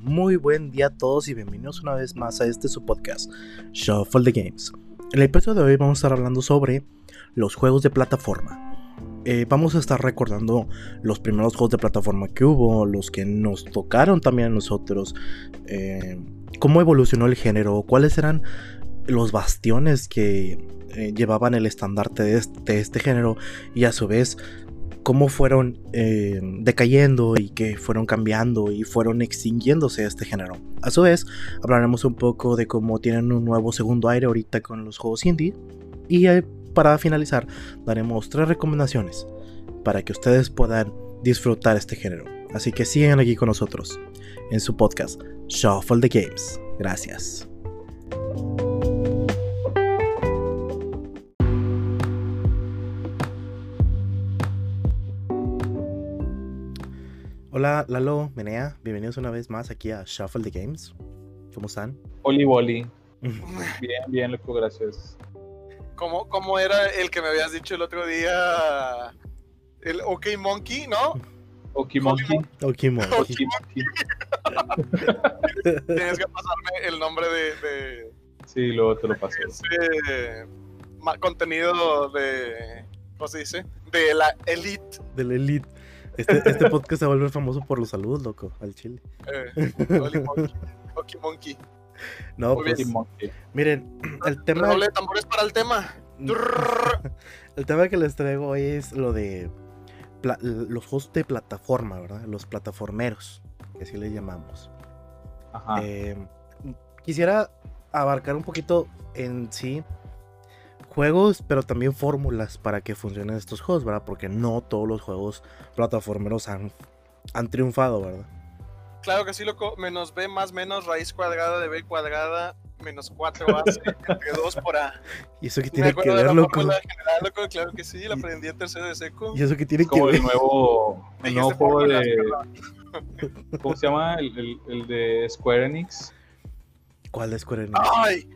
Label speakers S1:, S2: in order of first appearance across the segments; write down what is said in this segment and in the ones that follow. S1: muy buen día a todos y bienvenidos una vez más a este su podcast, Shuffle the Games. En el episodio de hoy vamos a estar hablando sobre los juegos de plataforma. Eh, vamos a estar recordando los primeros juegos de plataforma que hubo, los que nos tocaron también a nosotros, eh, cómo evolucionó el género, cuáles eran los bastiones que eh, llevaban el estandarte de este, de este género y a su vez cómo fueron eh, decayendo y que fueron cambiando y fueron extinguiéndose este género. A su vez, hablaremos un poco de cómo tienen un nuevo segundo aire ahorita con los juegos indie. Y eh, para finalizar, daremos tres recomendaciones para que ustedes puedan disfrutar este género. Así que sigan aquí con nosotros en su podcast Shuffle the Games. Gracias. Hola Lalo, Menea, bienvenidos una vez más aquí a Shuffle the Games. ¿Cómo están?
S2: Oli Woli. Bien, bien, loco, gracias.
S3: ¿Cómo, ¿Cómo era el que me habías dicho el otro día? El OK Monkey, ¿no?
S2: Okimonki.
S1: Okimon.
S2: Okimonki.
S3: Tenías que pasarme el nombre de, de
S2: Sí, luego te lo pasé.
S3: ese ma- contenido de. ¿Cómo se dice? De la Elite.
S1: Del Elite. Este, este podcast se va a volver famoso por los saludos, loco, al chile.
S3: Eh, Oli Monkey. OK Monkey.
S1: No,
S3: Muy bien.
S1: pues,
S2: Okimonki.
S1: miren, el tema,
S3: Doble de tambores para el tema.
S1: Mm.
S3: Trrr.
S1: el tema que les traigo hoy es lo de pla- los juegos de plataforma, ¿verdad? Los plataformeros, que así les llamamos.
S3: Ah.
S2: Ajá.
S1: Eh, quisiera abarcar un poquito en sí juegos, pero también fórmulas para que funcionen estos juegos, ¿verdad? Porque no todos los juegos plataformeros han, han triunfado, ¿verdad?
S3: Claro que sí, loco. Menos B más menos raíz cuadrada de B cuadrada menos 4 AC entre 2 por A.
S1: Y eso que
S3: Me
S1: tiene que
S3: acuerdo de
S1: ver,
S3: la
S1: loco.
S3: fórmula general, loco. Claro que sí, la aprendí en tercero de seco. "Este
S1: Y eso que tiene
S2: Es
S1: que
S2: como
S1: ver.
S2: el nuevo,
S3: Me
S2: el nuevo
S3: dijiste
S2: juego
S3: fórmulas,
S2: de.
S3: perdón.
S2: ¿Cómo se llama? El, el, el de Square Enix.
S1: ¿Cuál de Square Enix?
S3: Ay,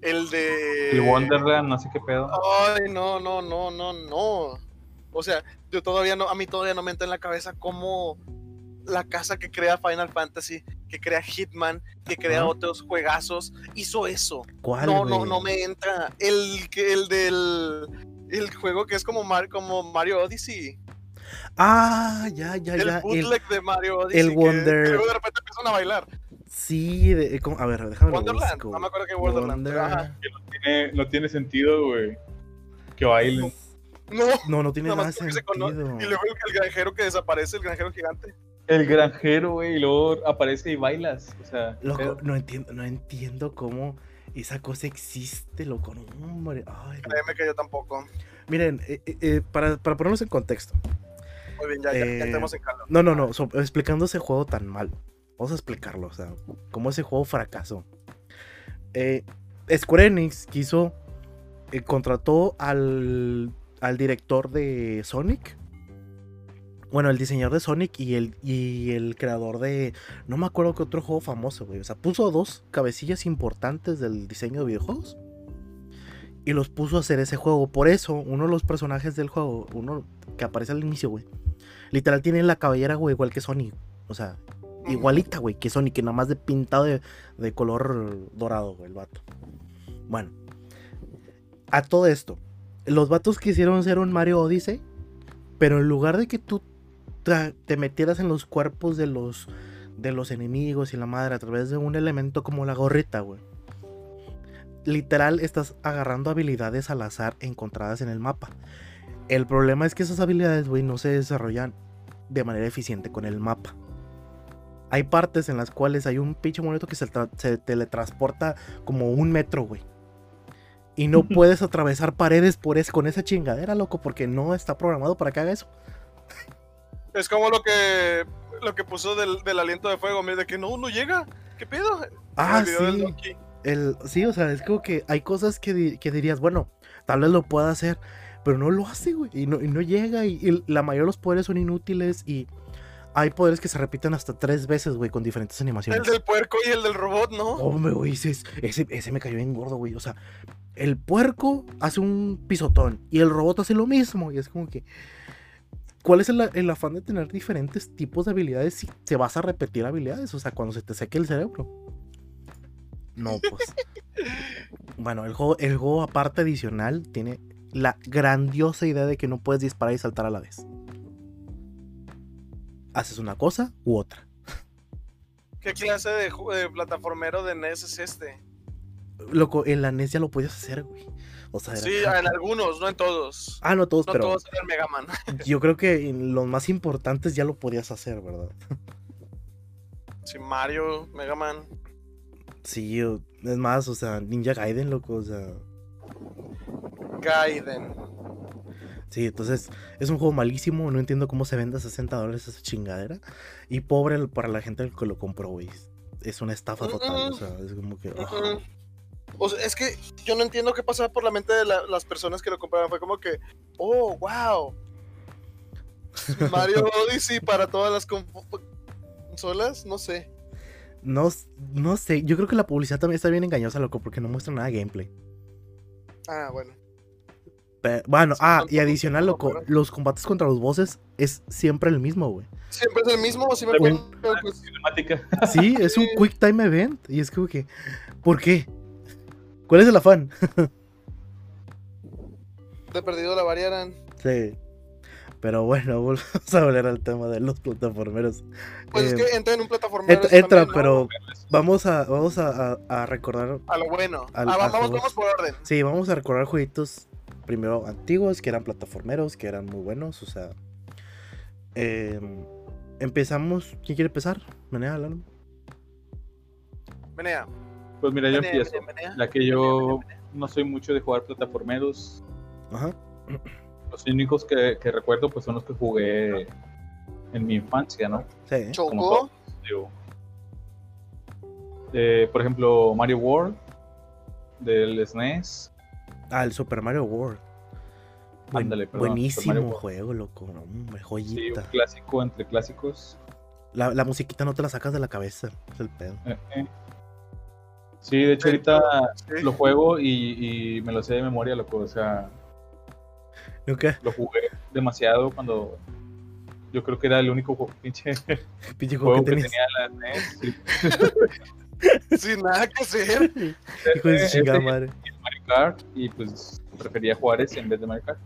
S3: el de.
S2: El Wonderland, Eh, no sé qué pedo.
S3: Ay, no, no, no, no, no. O sea, yo todavía no, a mí todavía no me entra en la cabeza cómo la casa que crea Final Fantasy, que crea Hitman, que crea
S1: Ajá.
S3: otros juegazos, hizo eso.
S1: ¿Cuál?
S3: No, no,
S1: güey?
S3: no me entra. El, que- el del el juego que es como, Mar- como Mario Odyssey.
S1: Ah, ya, ya,
S3: el
S1: ya. El...
S3: bootleg de Mario Odyssey.
S1: el
S3: que-
S1: Wonder-
S3: que luego de repente empiezan a bailar.
S1: Sí, de- eh, ¿cómo? a ver, déjame. lo
S3: Wonderland.
S1: busco.
S3: No me acuerdo que Wonderland. pero
S1: Wonder-
S3: ajá.
S2: Tiene- no tiene sentido, güey. Que bailen.
S3: No.
S1: No, no tiene
S3: Nada
S1: nada,
S3: más porque se
S1: sentido.
S3: conoce. Y luego el, el granjero que desaparece, el granjero gigante.
S2: El granjero, güey, y luego aparece y bailas. O sea,
S1: Loco,
S2: pedo.
S1: no entiendo, no entiendo cómo esa cosa existe, loco. No, hombre. Ay, no.
S3: Créeme que yo tampoco.
S1: Miren, eh, eh, eh, para, para ponernos en contexto.
S3: Muy bien, ya, ya,
S1: Eh,
S3: ya estamos en calor.
S1: No, no, no. so- explicando ese juego tan mal. Vamos a explicarlo, o sea, cómo ese juego fracasó. Eh, Square Enix quiso. eh, contrató al, al director de Sonic. Bueno, el diseñador de Sonic y el, y el creador de. No me acuerdo qué otro juego famoso, güey. O sea, puso a dos cabecillas importantes del diseño de videojuegos. Y los puso a hacer ese juego. Por eso, uno de los personajes del juego, uno que aparece al inicio, güey. Literal tiene la cabellera, güey, igual que Sonic. O sea, igualita, güey, que Sonic, que nada más de pintado de, de color dorado, güey, el vato. Bueno, a todo esto, los vatos quisieron hacer un Mario Odyssey, pero en lugar de que tú tra- te metieras en los cuerpos de los, de los enemigos y la madre a través de un elemento como la gorrita, güey. Literal, estás agarrando habilidades al azar encontradas en el mapa. El problema es que esas habilidades, güey, no se desarrollan de manera eficiente con el mapa. Hay partes en las cuales hay un pinche monito que se, tra- se teletransporta como un metro, güey. Y no puedes atravesar paredes por es- con esa chingadera, loco, porque no está programado para que haga eso.
S3: Es como lo que lo que puso del, del aliento de fuego, mira, de que no, no llega. ¿Qué pedo?
S1: Ah,
S3: El video del
S1: sí.
S3: Donkey.
S1: El, sí, o sea, es como que hay cosas que, di- que dirías, bueno, tal vez lo pueda hacer, pero no lo hace, güey. Y no, y no llega, y, y la mayoría de los poderes son inútiles, y hay poderes que se repiten hasta tres veces, güey, con diferentes
S3: El
S1: animaciones.
S3: del puerco y el del robot, ¿no?
S1: Oh, Hombre, güey, ese, es- ese, ese me cayó bien gordo, güey. O sea, el puerco hace un pisotón y el robot hace lo mismo. Y es como que. ¿Cuál es el, el afán de tener diferentes tipos de habilidades si te vas a repetir habilidades? O sea, cuando se te seque el cerebro. No, pues. bueno, el juego, el juego, aparte adicional, tiene la grandiosa idea de que no puedes disparar y saltar a la vez. Haces una cosa u otra.
S3: ¿Qué clase de, ju- de plataformero de NES es este?
S1: Loco, en la NES ya lo podías hacer, güey. O sea, era-
S3: Sí, en algunos, no en todos.
S1: Ah, no todos,
S3: No
S1: pero
S3: todos eran Mega Man.
S1: yo creo que en los más importantes ya lo podías hacer, ¿verdad?
S3: Sí, Mario, Mega Man.
S1: Sí, o- es más, o sea, Ninja Gaiden, loco, o sea.
S3: Gaiden.
S1: Sí, entonces es un juego malísimo. No entiendo cómo se vende a 60 dólares esa chingadera. Y pobre el- para la gente que lo compró, güey. Es una estafa total. O sea, es como que. ah.
S3: Ujú. O sea, es que yo no entiendo qué pasaba por la mente de la- las personas que lo compraron. Fue como que, oh, wow. Mario Odyssey para todas las conf- consolas, no sé.
S1: No, s- no sé. Yo creo que la publicidad también está bien engañosa, loco, porque no muestra nada de gameplay.
S3: Ah, bueno.
S1: Pero, bueno,
S3: Sí,
S1: ah, y
S3: tampoco
S1: adicional,
S3: sé,
S1: loco,
S3: pero-
S1: los combates contra los bosses es siempre el mismo, güey.
S3: Siempre es el mismo, así me
S2: También-
S3: acuerdo,
S1: Ah,
S3: pues,
S2: Cinemática.
S1: Sí, es un
S3: Sí.
S1: quick time event. Y es como que. ¿Por qué? ¿Cuál es el afán?
S3: de perdido la variaran.
S1: Sí. Pero bueno, volvemos a volver al tema de los plataformeros.
S3: Pues es
S1: Em,
S3: que entra en un plataforma.
S1: Entra, entra, pero vamos a, vamos a, a- a recordar.
S3: A lo bueno.
S1: al-
S3: Ah, va-
S1: al
S3: vamos,
S1: juego.
S3: vamos por orden.
S1: Sí, vamos a recordar jueguitos primero antiguos, que eran plataformeros, que eran muy buenos. O sea. em, empezamos. ¿Quién quiere empezar? Menea, Lalo.
S3: Menea.
S2: Pues mira, yo
S3: Menea,
S2: empiezo.
S3: menea, menea.
S2: Ya que yo no soy mucho de jugar plataformeros,
S1: Ajá.
S2: los únicos que, que recuerdo pues son los que jugué en mi infancia, ¿no?
S1: Sí. ¿eh?
S2: como
S3: Chocó.
S2: todo. Digo, eh, por ejemplo, Mario World del E SNES.
S1: Ah, el Super Mario World. Buen-
S2: Ándale, perdón, Super
S1: buenísimo
S2: Mario World.
S1: juego, loco. Hombre,
S2: Sí, un
S1: joyita.
S2: clásico entre clásicos.
S1: la, la musiquita no te la sacas de la cabeza. Es el pedo.
S2: Eh, eh. Sí, de hecho
S3: Sí.
S2: ahorita
S3: Sí.
S2: lo juego y, y me lo sé de memoria, loco. O sea,
S1: Nunca.
S2: lo jugué demasiado cuando yo creo que era el único ju- pinche
S1: Pinche juego
S2: juego
S1: que
S2: que
S1: tenías.
S2: tenía la E NES. Sí,
S3: Sin nada que hacer.
S1: Hijo de su
S2: ese-
S1: chingada
S2: ese
S1: madre.
S2: y Mario Kart y pues prefería jugar ese en vez de Mario Kart.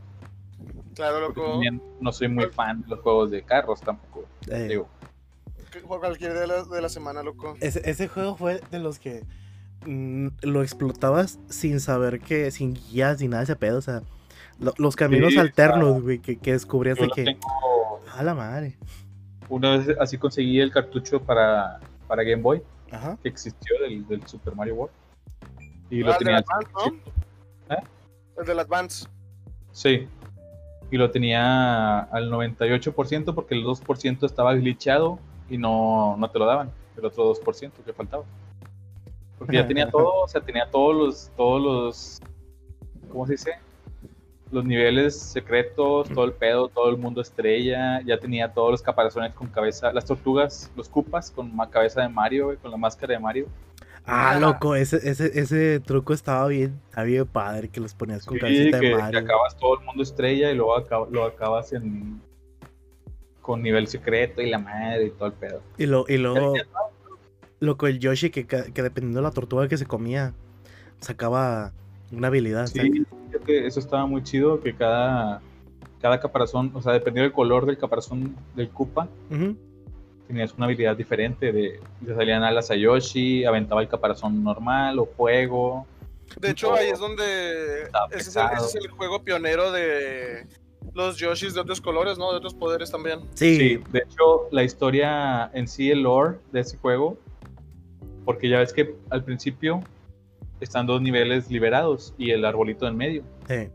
S3: Claro,
S2: Porque
S3: loco.
S2: también no soy muy fan de los juegos de carros tampoco.
S1: Eh.
S2: Digo,
S3: Que juega Cualquier día de la, de la semana, loco.
S1: Ese, ese juego fue de los que mm, lo explotabas sin saber que, sin guías ni nada de ese pedo, o sea, lo- los caminos
S2: Sí,
S1: alternos, güey, que, que descubrías
S2: yo
S1: de
S2: lo
S1: que,
S2: tengo.
S1: a la madre.
S2: Una vez así conseguí el cartucho para, para Game Boy
S1: Ajá.
S2: que existió del, del Super Mario World. Y lo
S3: Ah, el del
S2: tenía. ¿Eh?
S3: Advance, ¿no? El del Advance.
S2: Sí. Y lo tenía al 98% porque el 2% estaba glitchado y no, no te lo daban. El otro 2% que faltaba. Porque ya tenía todo, o sea, tenía todos los, todos los, ¿cómo se dice? Los niveles secretos, todo el pedo, todo el mundo estrella, ya tenía todos los caparazones con cabeza, las tortugas, los cupas con ma- cabeza de Mario, güey, con la máscara de Mario.
S1: Ah,
S3: Ajá.
S1: loco, ese, ese, ese truco estaba bien, estaba bien padre que los ponías con
S2: Sí,
S1: cabecita
S2: que,
S1: de
S2: que
S1: Mario.
S2: acabas todo el mundo estrella y luego acab- lo acabas en con nivel secreto y la madre y todo el pedo.
S1: Y, lo, y luego,
S2: Ya
S1: loco, el Yoshi, que, ca- que dependiendo de la tortuga que se comía, sacaba una habilidad.
S2: Sí,
S1: saca-
S2: creo que eso estaba muy chido, que cada, cada caparazón, o sea, dependiendo del color del caparazón del Koopa,
S1: Ujú.
S2: tenías una habilidad diferente, de, le salían alas a Yoshi, aventaba el caparazón normal o fuego.
S3: De hecho, ahí es donde.
S2: Estaba
S3: Ese es, el,
S2: pesado.
S3: ese es el juego pionero de los Yoshis de otros colores, ¿no? De otros poderes también.
S1: Sí,
S2: Sí, de hecho, la historia en sí, el lore de ese juego, porque ya ves que al principio están dos niveles liberados y el arbolito en medio.
S1: sí.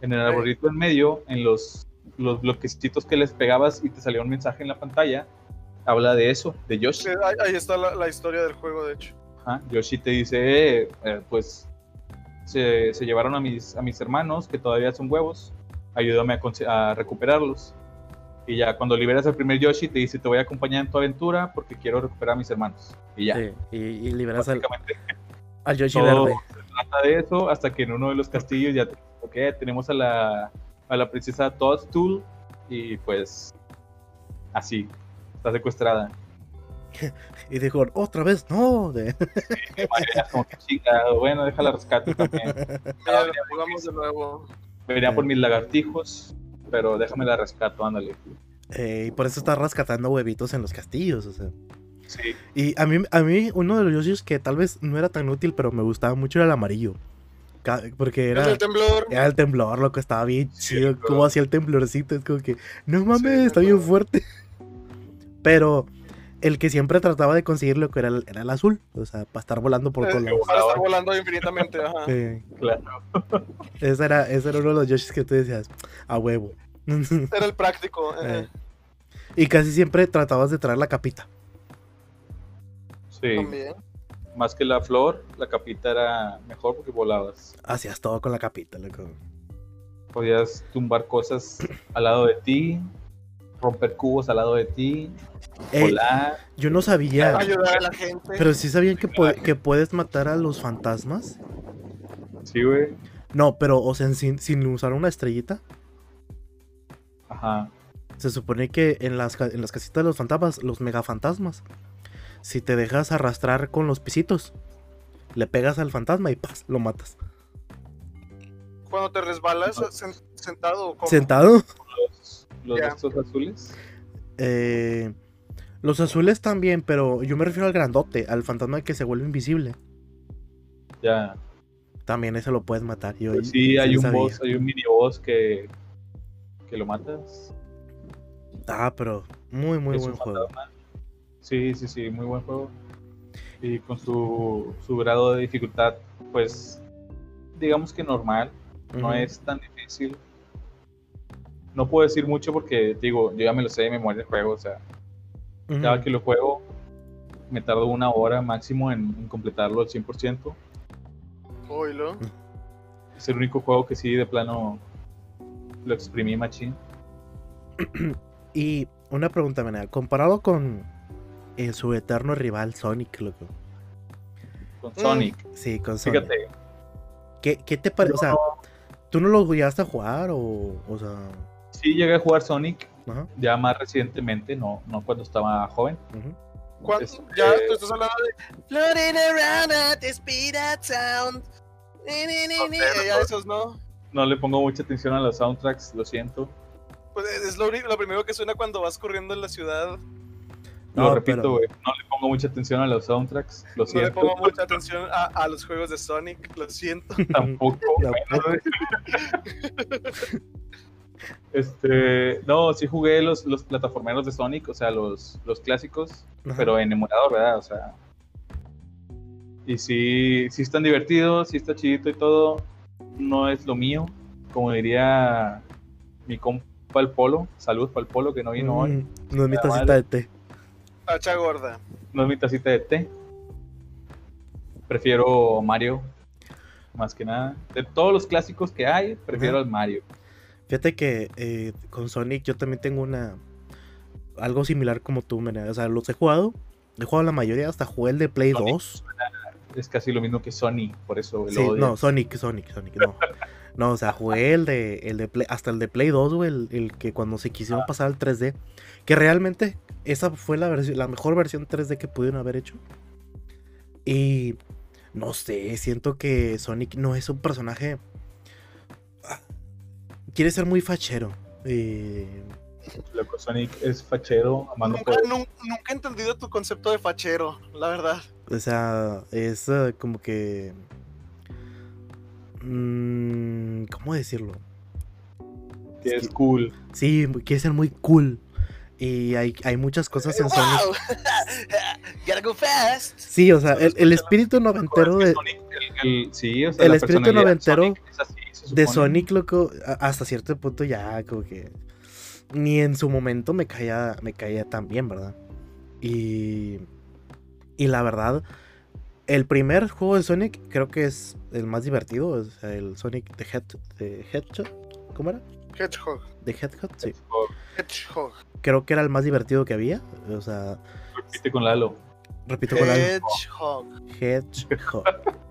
S2: En el
S3: Ok.
S2: arbolito en medio, en los, los bloquecitos que les pegabas y te salía un mensaje en la pantalla, habla de eso, de Yoshi.
S3: Sí, ahí, ahí está la, la historia del juego, de hecho.
S2: Ajá, Yoshi te dice, eh, eh, pues se, se llevaron a mis, a mis hermanos que todavía son huevos, ayúdame a, conse- a recuperarlos. Y ya cuando liberas al primer Yoshi te dice, te voy a acompañar en tu aventura porque quiero recuperar a mis hermanos. Y ya,
S1: sí. Y, y liberas al,
S2: básicamente
S1: al Yoshi
S2: todo
S1: verde.
S2: se trata de eso hasta que en uno de los castillos ya te- ok, tenemos a la, a la princesa Toadstool y pues así, está secuestrada.
S1: Y dijo, otra vez, no. de-
S2: Mi madre ya como que chica, bueno, déjala rescate también.
S3: Ya, lo jugamos de nuevo.
S2: Venía por mis lagartijos, pero déjame la rescato, ándale.
S1: Eh, y por eso está rescatando huevitos en los castillos. o sea.
S2: Sí,
S1: Y a mí, a mí, uno de los Yoshis que tal vez no era tan útil, pero me gustaba mucho era el amarillo. Ca- Porque
S3: Es
S1: era,
S3: el temblor.
S1: era el temblor, loco, estaba bien
S2: Sí,
S1: chido.
S2: el temblor.
S1: Como hacía el temblorcito, es como que, no mames,
S3: el
S1: está bien
S3: temblor.
S1: fuerte. Pero el que siempre trataba de conseguir lo que era, el- era el azul, o sea, para estar volando por
S3: Eh,
S1: todos lados.
S3: Para estar volando infinitamente, ajá.
S1: Sí.
S2: claro.
S1: Ese era, ese era uno de los Yoshis que tú decías, a huevo.
S3: Era el práctico.
S1: Eh,
S3: eh,
S1: Y casi siempre tratabas de traer la capita.
S2: Sí,
S3: eh, También.
S2: más que la flor, la capita era mejor porque volabas.
S1: Hacías todo con la capita, loco.
S2: Podías tumbar cosas al lado de ti, romper cubos al lado de ti,
S1: Eh,
S2: volar.
S1: yo no sabía,
S2: Ay,
S3: Ayudar a la gente.
S1: pero sí sabían que, pue- que puedes matar a los fantasmas.
S2: Sí, güey.
S1: No, pero, o sea, sin, sin usar una estrellita.
S2: Ajá.
S1: Se supone que en las, ca- en las casitas de los fantasmas, los megafantasmas, si te dejas arrastrar con los pisitos, le pegas al fantasma y ¡paz! lo matas.
S3: Cuando te resbalas sen- sentado o como.
S1: ¿Sentado?
S2: Los, los
S3: Ya.
S2: de estos azules.
S1: Eh, los azules también, pero yo me refiero al grandote, al fantasma que se vuelve invisible.
S2: Ya.
S1: También ese lo puedes matar. Yo,
S2: Pues sí, hay un
S1: sabía.
S2: boss, hay un mini boss que, que lo matas.
S1: Ah, pero muy, muy
S2: Es
S1: buen
S2: un
S1: juego.
S2: fantasma. Sí, sí, sí, muy buen juego. Y con su, su grado de dificultad, pues, digamos que normal, no
S1: Ujú.
S2: es tan difícil. No puedo decir mucho porque, digo, yo ya me lo sé de memoria el juego, o sea,
S1: Ujú.
S2: cada que lo juego me tardo una hora máximo en, en completarlo al 100%.
S3: Uy, lo.
S2: Es el único juego que sí, de plano, lo exprimí machín.
S1: Y una pregunta, Mena, comparado con eh, su eterno rival Sonic, loco.
S2: Con Sonic,
S1: Sí, con Mm, Sonic.
S2: fíjate.
S1: ¿Qué, qué te parece?
S2: yo
S1: O sea,
S2: no-
S1: ¿tú no lo llegaste a jugar o, o sea,
S2: Sí llegué a jugar Sonic
S1: ajá,
S2: ya más recientemente, no, no cuando estaba joven.
S1: ujú.
S3: ¿Cuán-
S2: Este-
S3: Ya, tú estás hablando de. Floating around at the speed of sound. Ni, ni, ni, ni.
S2: No sé,
S3: Eh, ya
S2: no.
S3: esos no.
S2: No le pongo mucha atención a los soundtracks, lo siento.
S3: Pues es es lo, único- lo primero que suena cuando vas corriendo en la ciudad.
S2: Lo
S1: No,
S2: repito,
S1: pero-
S2: güey, no le pongo mucha atención a los soundtracks, lo
S3: No le
S2: siento.
S3: pongo mucha atención a, a los juegos de Sonic, lo siento.
S2: Tampoco.
S1: Tampoco.
S2: bueno, este, no, sí jugué los, los plataformeros de Sonic, o sea, los, los clásicos,
S1: Ajá.
S2: pero en emulador, ¿verdad? O sea. Y sí, sí están divertidos, sí está chidito y todo. No es lo mío. Como diría mi compa el Polo. Saludos para el Polo que no vino hoy.
S1: Mm, no es mi
S2: Nada
S1: tacita
S2: mal.
S1: de té.
S3: Hacha gorda.
S2: No es mi tacita de té. Prefiero Mario. Más que nada. De todos los clásicos que hay, prefiero al Mario.
S1: Fíjate que eh, con Sonic yo también tengo una algo similar como tú, Mena. O sea, los he jugado, he jugado la mayoría, hasta jugué el de Play
S2: Sonic.
S1: 2.
S2: Es casi lo mismo que Sony, por eso lo
S1: Sí,
S2: odio.
S1: no, Sonic, Sonic, Sonic, no. No, o sea, jugué el de, el de Play, hasta el de Play 2, güey, el, el que cuando se quisieron
S2: Ah.
S1: pasar al 3D, que realmente esa fue la, versión- la mejor versión 3D que pudieron haber hecho. Y no sé, siento que Sonic no es un personaje... ah, Quiere ser muy fachero. eh, y-
S2: Loco, Sonic es fachero, amando
S3: Nunca,
S2: por
S3: nun- nunca he entendido tu concepto de fachero, la verdad.
S1: o sea, es eh, como que... mm, ¿Cómo decirlo?
S2: que es cool.
S1: Sí, mu- quiere ser muy cool. Y hay, hay muchas cosas en Sonic.
S3: ¡Wow! Gotta go fast.
S1: Sí, o sea, el, el
S3: Escúchala.
S1: espíritu noventero de,
S2: Es que Sonic, el, el- sí, o sea,
S1: el
S2: la
S1: espíritu
S2: personalidad de
S1: noventero
S2: Sonic es así, se
S1: de
S2: supone.
S1: Sonic, loco, a- hasta cierto punto ya como que ni en su momento me caía, me caía tan bien, ¿verdad? Y, y la verdad, el primer juego de Sonic creo que es el más divertido, o sea, el Sonic de, Head, de Headshot, ¿cómo era?
S3: Hedgehog.
S1: De Headshot, sí.
S3: Hedgehog.
S1: Creo que era el más divertido que había, o sea,
S2: Compite con Lalo.
S1: repito con algo.
S3: Hedgehog.
S1: Hedgehog.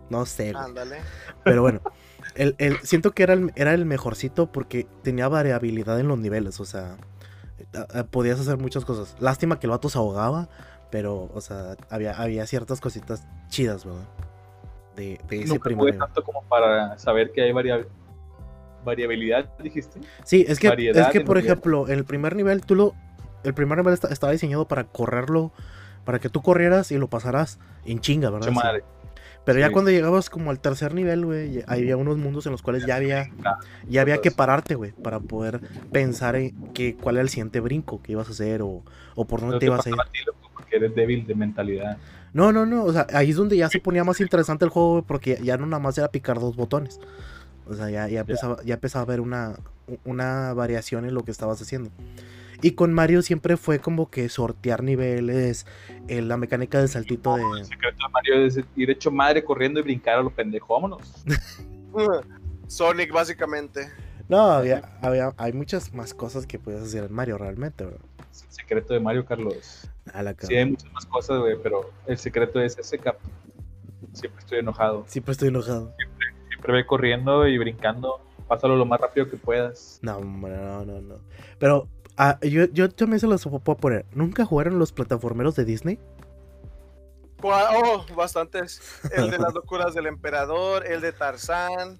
S1: No sé, güey.
S3: Ándale.
S1: Pero bueno, El, el- siento que era el, era el mejorcito porque tenía variabilidad en los niveles, o sea, a- a- podías hacer muchas cosas. Lástima que el vato se ahogaba, pero, o sea, había, había ciertas cositas chidas, ¿verdad? De, de ese
S2: Nunca
S1: primer
S2: jugué
S1: nivel.
S2: tanto como para saber que hay variab- variabilidad, dijiste.
S1: Sí, es que, es
S2: variedad
S1: que
S2: en
S1: por
S2: los niveles.
S1: ejemplo, el primer nivel, tú lo. El primer nivel esta- estaba diseñado para correrlo, para que tú corrieras y lo pasaras en chinga, ¿verdad?
S2: Che
S1: Sí.
S2: madre.
S1: Pero ya
S2: Sí.
S1: cuando llegabas como al tercer nivel, güey, ya- había unos mundos en los cuales ya había,
S2: Ah,
S1: ya había que
S2: entonces-
S1: pararte, güey, para poder pensar en que, cuál era el siguiente brinco que ibas a hacer o, o por dónde
S2: No
S1: te
S2: te
S1: ibas a ir.
S2: pasaba a ti, loco, porque eres débil de mentalidad.
S1: No, no, no, o sea, ahí es donde ya se ponía más interesante el juego, güey, porque ya no nada más era picar dos botones. O sea, ya, ya, empezaba, ya empezaba a haber una, u- una variación en lo que estabas haciendo. Y con Mario siempre fue como que sortear niveles, eh, la mecánica del saltito de...
S2: El secreto de Mario es ir hecho madre corriendo y brincar a los pendejos. Vámonos.
S3: Sonic, básicamente.
S1: No, había, había- hay muchas más cosas que podías hacer en Mario realmente, bro.
S2: Es el secreto de Mario, Carlos.
S1: A la
S2: Sí, hay muchas más cosas, güey, pero el secreto es ese, Cap. Siempre estoy enojado.
S1: Siempre estoy enojado.
S2: Siempre ve corriendo y brincando. Pásalo lo más rápido que puedas.
S1: No, hombre, no, no, no. Pero ah, yo, yo también se los puedo poner. ¿Nunca jugaron los plataformeros de Disney?
S3: Cua- Oh, bastantes. El de las locuras del emperador, el de Tarzán.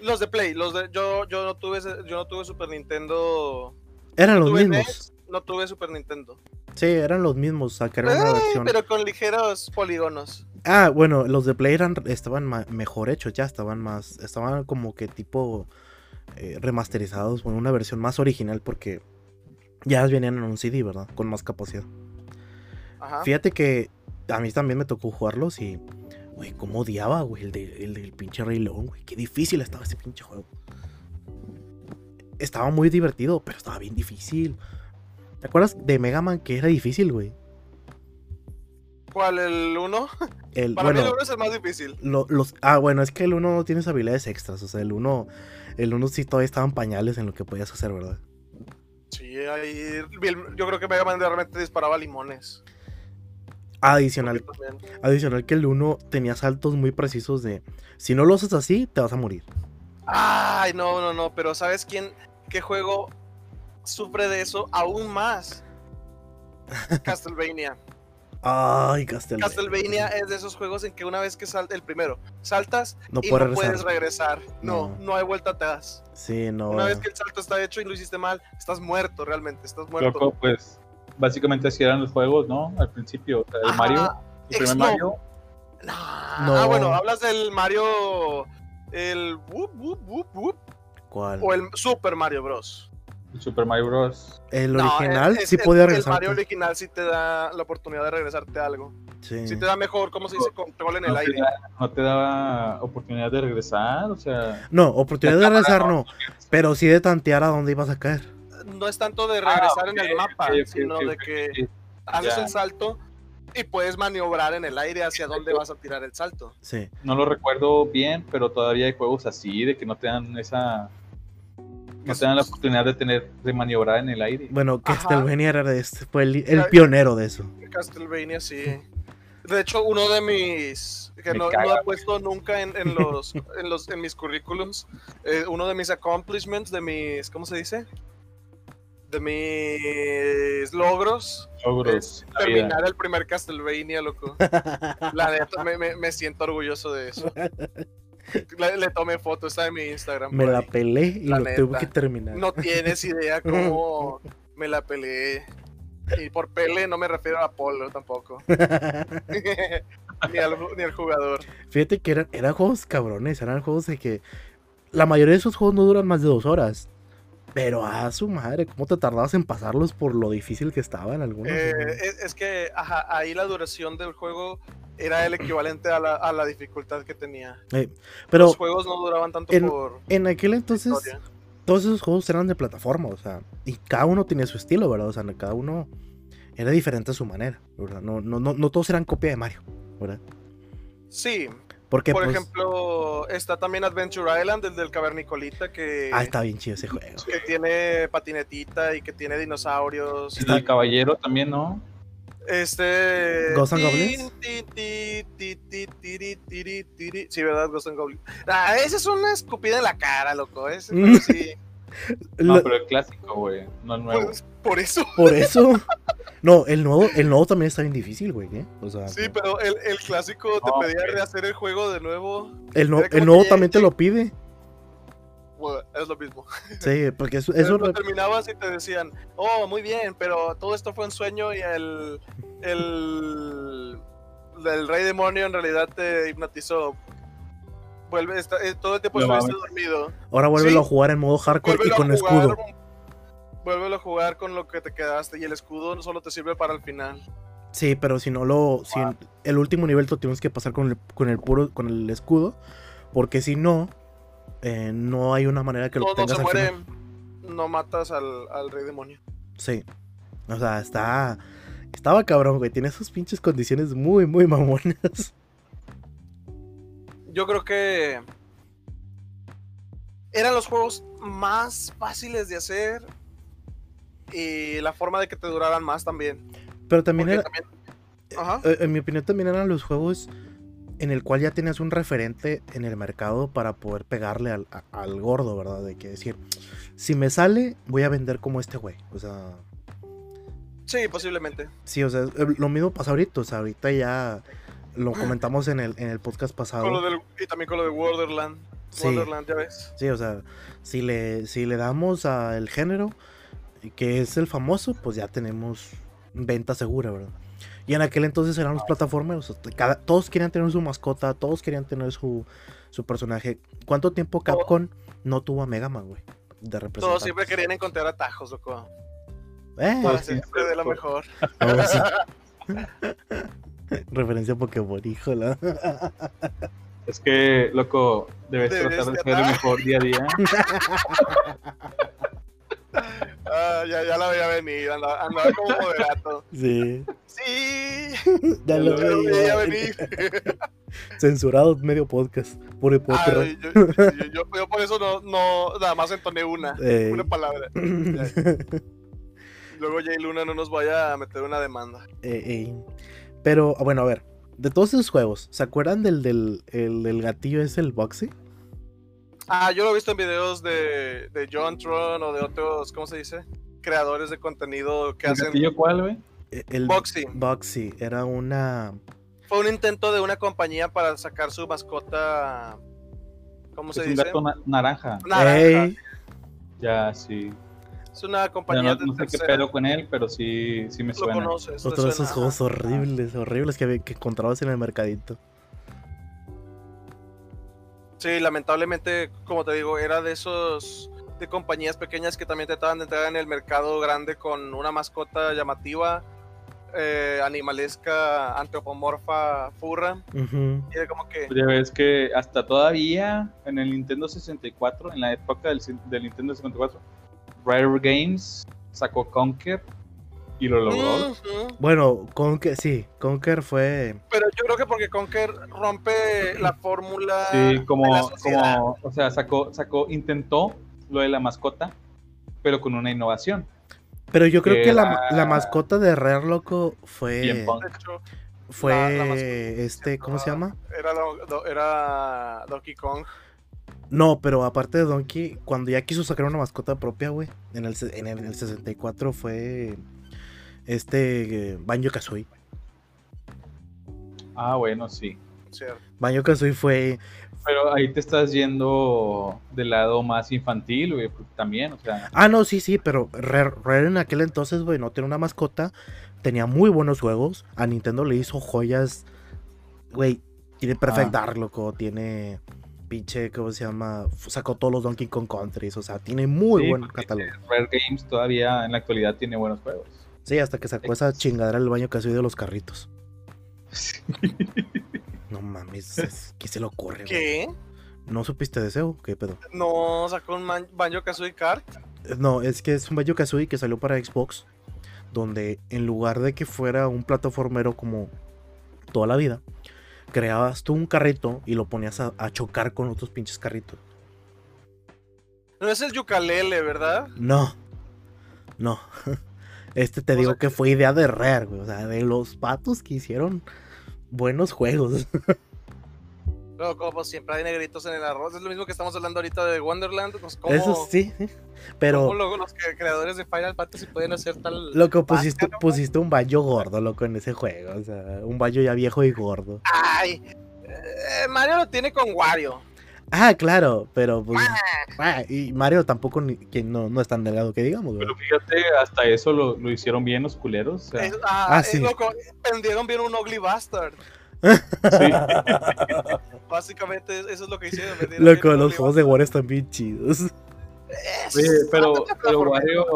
S3: Los de Play, los de yo yo no tuve ese- yo no tuve Super Nintendo.
S1: Eran los
S3: tuve E
S1: mismos.
S3: NES, no tuve Super Nintendo.
S1: Sí, eran los mismos, sacaron una
S3: Ay,
S1: versión.
S3: Eh, pero con ligeros polígonos.
S1: Ah, bueno, los de Play eran, estaban ma- mejor hechos ya, estaban más, estaban como que tipo eh, remasterizados, bueno, una versión más original porque ya venían en un CD, ¿verdad? Con más capacidad.
S3: Ajá.
S1: Fíjate que a mí también me tocó jugarlos y, güey, cómo odiaba, güey, el, de- el del pinche Rey León, güey. Qué difícil estaba ese pinche juego. Estaba muy divertido, pero estaba bien difícil. ¿Te acuerdas de Mega Man que era difícil, güey?
S3: ¿Cuál el 1?
S1: El,
S3: Para mí
S1: bueno,
S3: el 1 es el más difícil.
S1: lo- los, ah, bueno, es que el 1 no tienes habilidades extras. O sea, el 1 el uno sí todavía estaban pañales en lo que podías hacer, ¿verdad?
S3: Sí, ahí Bill- yo creo que Mega Man realmente disparaba limones.
S1: Adicional,
S3: Yo también.
S1: adicional que el 1 tenía saltos muy precisos de si no lo haces así, te vas a morir.
S3: Ay, no, no, no, pero ¿sabes quién qué juego sufre de eso aún más? Castlevania.
S1: Ay, Castlevania.
S3: Castlevania es de esos juegos en que una vez que salta el primero, saltas
S1: No
S3: y
S1: puedes
S3: no puedes
S1: regresar.
S3: regresar. No,
S1: No.
S3: no, hay vuelta atrás.
S1: Sí, no.
S3: Una vez que el salto está hecho y lo hiciste mal, estás muerto realmente, estás muerto.
S2: Loco, pues básicamente así eran los juegos, ¿no? Al principio, o sea, el
S3: Ajá,
S2: Mario, el primer
S3: Expo.
S2: Mario,
S3: No.
S1: No.
S3: Ah, bueno, hablas del Mario el whoop, whoop, whoop, whoop,
S1: ¿Cuál?
S3: o el Super Mario Bros.
S2: el Super Mario Bros.
S1: El
S3: No,
S1: original
S3: es-
S1: sí
S3: es-
S1: podía
S3: El
S1: regresar. pues.
S3: Mario original sí te da la oportunidad de regresarte a algo.
S1: Sí.
S3: Sí te da mejor, ¿cómo se dice? Control en
S2: No
S3: el
S2: te,
S3: aire.
S2: da- no te daba oportunidad de regresar, o sea,
S1: No, oportunidad de regresar no, pero sí de tantear a dónde ibas a caer.
S3: No es tanto de regresar en el
S2: Ah, ok,
S3: mapa,
S2: ok, ok,
S3: sino
S2: ok,
S3: de
S2: ok.
S3: que haces
S2: Ya.
S3: un salto y puedes maniobrar en el aire hacia dónde vas a tirar el salto.
S1: Sí.
S2: no lo recuerdo bien, pero todavía hay juegos así, de que no te dan esa... No te dan la oportunidad de tener, de maniobrar en el aire.
S1: Bueno,
S3: Ajá.
S1: Castlevania era de este, fue el, el
S3: Ay.
S1: pionero de eso.
S3: Castlevania sí. De hecho, uno de mis que
S2: Me
S3: no,
S2: caga,
S3: no he puesto nunca en, en los, en los en mis currículums, eh, uno de mis accomplishments, de mis ¿cómo se dice? De mis logros
S2: Logros
S3: es
S2: en la vida.
S3: terminar el primer Castlevania, loco. La neta, me, me- me siento orgulloso de eso. Le, le tomé foto, está en mi Instagram.
S1: Me
S3: por
S1: la
S3: ahí.
S1: pelé y
S3: La
S1: lo tuve
S3: neta.
S1: que terminar.
S3: No tienes idea cómo me la peleé. Y por pele no me refiero a Polo tampoco. ni, al, ju- ni al jugador.
S1: Fíjate que eran, eran juegos cabrones, eran juegos de que la mayoría de esos juegos no duran más de dos horas. Pero a su madre, ¿cómo te tardabas en pasarlos por lo difícil que estaban algunos?
S3: Eh,
S1: güey?
S3: es, es que ajá, ahí la duración del juego era el equivalente a la, a la dificultad que tenía.
S1: Pero
S3: Los juegos no duraban tanto
S1: en-
S3: por
S1: en aquel entonces,
S3: pues, historia.
S1: todos esos juegos eran de plataforma, o sea, y cada uno tenía su estilo, ¿verdad? O sea, cada uno era diferente a su manera, ¿verdad? No, no, no, no todos eran copia de Mario, ¿verdad?
S3: Sí,
S1: Porque,
S3: por
S1: pues,
S3: ejemplo, está también Adventure Island, el del cavernicolita que,
S1: ah, está bien chido ese juego.
S3: que tiene patinetita y que tiene dinosaurios.
S2: El caballero también, ¿no?
S3: Este.
S1: ¿Ghost and
S3: ti,
S1: Goblins?
S3: ti, ti, ti, ti, tiri, tiri, tiri. Sí, ¿verdad? Ghost and Goblins. Ah, esa es una escupida en la cara, loco. ¿eh? Ese,
S1: Mm.
S3: pero sí.
S2: No,
S3: Ah,
S1: Lo-
S2: pero el clásico, güey. No el nuevo.
S3: Pues, por eso.
S1: Por eso. No, el nuevo, el nuevo también está bien difícil, güey. ¿eh? O sea,
S3: Sí, pero el, el clásico te
S2: No,
S3: pedía
S2: güey.
S3: rehacer el juego de nuevo.
S1: el, no-
S3: mira cómo
S1: el nuevo
S3: te-
S1: también te lo pide.
S3: Bueno, es lo mismo.
S1: Sí, porque eso,
S3: Pero
S1: eso
S3: lo terminabas y te decían, oh, muy bien, pero todo esto fue un sueño y el. El. El rey demonio en realidad te hipnotizó. Vuelve, está- eh, todo el tiempo
S2: No
S3: estuviste dormido.
S1: ahora vuélvelo
S3: sí.
S1: a jugar en modo hardcore y
S3: Vuélvelo a
S1: con
S3: jugar,
S1: escudo.
S3: Vuélvelo a jugar con lo que te quedaste y el escudo solo te sirve para el final.
S1: Sí, pero si no lo. Si en- el último nivel lo tienes que pasar con el, con el puro. con el escudo. Porque si no. eh, no hay una manera que lo
S3: Todos
S1: tengas
S3: se
S1: al final.
S3: mueren, no matas al, al rey demonio.
S1: Sí. O sea, está. Estaba cabrón, güey. Tiene esas pinches condiciones muy, muy mamonas.
S3: Yo creo que eran los juegos más fáciles de hacer y la forma de que te duraran más también.
S1: Pero también
S3: Porque
S1: era,
S3: también- Ajá.
S1: eh, en mi opinión, también eran los juegos en el cual ya tenías un referente en el mercado para poder pegarle al, a- al gordo, ¿verdad? De que decir, si me sale, voy a vender como este güey. O sea,
S3: Sí, posiblemente.
S1: sí, o sea, eh, lo mismo pasa ahorita. O sea, ahorita ya lo comentamos en el, en el podcast pasado.
S3: Con lo del- y también con lo de Wonderland.
S1: Ah, Sí.
S3: Wonderland, ya ves.
S1: Sí, o sea, si le, si le damos al género, que es el famoso, pues ya tenemos venta segura, ¿verdad? Y en aquel entonces eran
S3: Ah.
S1: los plataformeros. o sea, cada- todos querían tener su mascota, todos querían tener su, su personaje. ¿Cuánto tiempo Capcom no tuvo a Mega Man, güey? De representar.
S3: Todos siempre querían encontrar atajos,
S1: Ah,
S3: loco.
S1: Eh,
S3: Para
S2: sí,
S3: ser siempre
S2: sí,
S3: de lo
S2: sí.
S3: mejor.
S1: ahora sí. Referencia a Pokémon, híjola.
S2: Es que, loco, debes
S3: Debes
S2: tratar de
S3: de
S2: ser el
S3: atar.
S2: mejor día a día.
S3: Ah, ya, ya la veía venir, andaba, andaba como moderato.
S1: Sí.
S3: Sí,
S1: Ya
S2: Yo
S1: lo
S3: ya la veía
S1: veía.
S3: venir.
S1: Censurado medio podcast. Puro podcast.
S3: Ay, yo, yo- yo- yo por eso no, no, nada más entoné una,
S1: Eh.
S3: una palabra. Luego Jay Luna no nos vaya a meter una demanda.
S1: Eh, eh, Pero, ah, bueno, a ver. De todos esos juegos, ¿se acuerdan del, del, el, del gatillo es el boxy?
S3: Ah, yo lo he visto en videos de, de John Tron o de otros, ¿cómo se dice? Creadores de contenido que
S2: ¿El
S3: hacen
S2: gatillo cuál, güey?
S1: Eh, El
S3: boxing.
S1: boxy era una.
S3: Fue un intento de una compañía para sacar su mascota, ¿cómo
S2: Es
S3: se
S2: un
S3: dice?
S2: gato na- naranja.
S3: Naranja.
S1: Ey,
S2: Ya, sí.
S3: Es una
S2: Ya
S3: compañía
S2: no,
S3: de
S2: no sé qué
S3: tercera.
S2: pedo con él, pero sí, sí me
S3: Lo
S2: suena.
S3: conoces. te
S1: otro de esos
S3: suena.
S1: juegos horribles, horribles que, había- que encontrabas en el mercadito.
S3: Sí, lamentablemente, como te digo, era de esos de compañías pequeñas que también trataban de entrar en el mercado grande con una mascota llamativa, eh, animalesca, antropomorfa, furra.
S1: Ujú.
S3: Y era como que,
S2: Ya ves que hasta todavía en el Nintendo 64, en la época del, cin- del Nintendo 64, Rare Games sacó Conker y lo logró.
S3: "Ujú".
S1: Bueno, Conker, sí, Conker fue.
S3: mm". pero yo creo que porque Conker rompe la fórmula.
S2: Sí,
S3: de la
S2: como,
S3: ah, sociedad.
S2: como, o sea, sacó, sacó, intentó lo de la mascota, pero con una innovación.
S1: Pero yo creo que la,
S2: Era-
S1: la mascota de Rare Loco fue.
S2: Bien punk.
S3: De hecho,
S1: Fue
S3: La- la mascota.
S1: este, ¿cómo se llama?
S3: era, lo- do- era Donkey Kong.
S1: No, pero aparte de Donkey, cuando ya quiso sacar una mascota propia, güey, en el, se- en el, en el 64 fue este Banjo Kazooie.
S2: Ah, bueno, sí.
S3: ¿cierto?
S1: Banjo Kazooie fue.
S2: Pero ahí te estás yendo del lado más infantil, güey, porque también, o sea,
S1: Ah, no, sí, sí, pero Rare, Rare en aquel entonces, güey, no tenía una mascota. Tenía muy buenos juegos. A Nintendo le hizo joyas. Güey,
S2: Ah.
S1: tiene Perfect Dark, loco. Tiene pinche, ¿cómo se llama? F- Sacó todos los Donkey Kong Countries. O sea, tiene muy
S2: Sí,
S1: buen
S2: porque-
S1: catálogo.
S2: Rare Games todavía en la actualidad tiene buenos juegos.
S1: Sí, hasta que sacó esa chingadera del baño que ha de los carritos. No mames, es- ¿qué se le ocurre? güey?
S3: ¿Qué?
S1: ¿No supiste de ese o ¿Qué pedo?
S3: No sacó un man- Banjo Kazooie Kart.
S1: Eh, No, es que es un Banjo Kazooie que salió para Xbox, donde en lugar de que fuera un plataformero como toda la vida, creabas tú un carrito y lo ponías a, a chocar con otros pinches carritos.
S3: No es el Yukalele, ¿verdad?
S1: No, no. Este te
S3: O
S1: digo
S3: sea
S1: que fue idea de Rare, güey. O sea, de los patos que hicieron buenos juegos.
S3: Pero como siempre hay negritos en el arroz, es lo mismo que estamos hablando ahorita de Wonderland. Pues, ¿cómo,
S1: Eso sí, sí.
S3: cómo
S1: Pero
S3: luego los que- creadores de Final Fantasy pueden hacer tal.
S1: loco, pusiste,
S3: Bácalo, güey.
S1: pusiste un baño gordo, loco, en ese juego. O sea, un baño ya viejo y gordo.
S3: Ay, eh, Mario lo tiene con Wario.
S1: Ah, claro, pero pues. ah, y Mario tampoco ni- que no, no es tan delgado que digamos, güey.
S2: Pero fíjate, hasta eso lo, lo hicieron bien los culeros. o sea,
S3: Es- ah,
S1: Ah,
S3: es
S1: sí.
S3: loco, vendieron bien un ugly bastard.
S2: sí.
S3: Básicamente es- eso es lo que hicieron. vendieron
S1: Loco,
S3: bien un
S1: los
S3: ugly
S1: juegos de War están bien chidos.
S3: bastard.
S2: Oye,
S3: Es-
S2: pero,
S3: ándate a
S2: pero
S3: plataforma.
S2: Wario,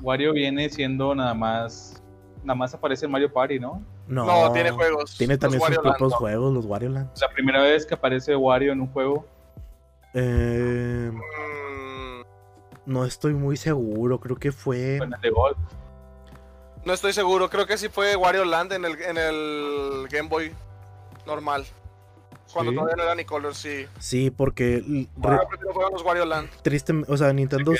S2: Wario viene siendo nada más. Nada más aparece en Mario Party, ¿no?
S1: No,
S3: No, tiene juegos.
S1: Tiene
S3: los
S1: también sus
S3: Wario Land,
S1: propios
S3: no.
S1: juegos, los Wario Land.
S2: La primera vez que aparece Wario en un juego.
S1: Eh,
S3: Mm,
S1: no estoy muy seguro, creo que fue.
S2: Con el de golf.
S3: No estoy seguro, creo que sí fue Wario Land en el, en el Game Boy normal. Cuando
S2: Sí.
S3: todavía no era ni Color, sí.
S1: Sí, porque l- re-
S3: Pero primero fueron los Wario Land.
S1: triste, o sea, Nintendo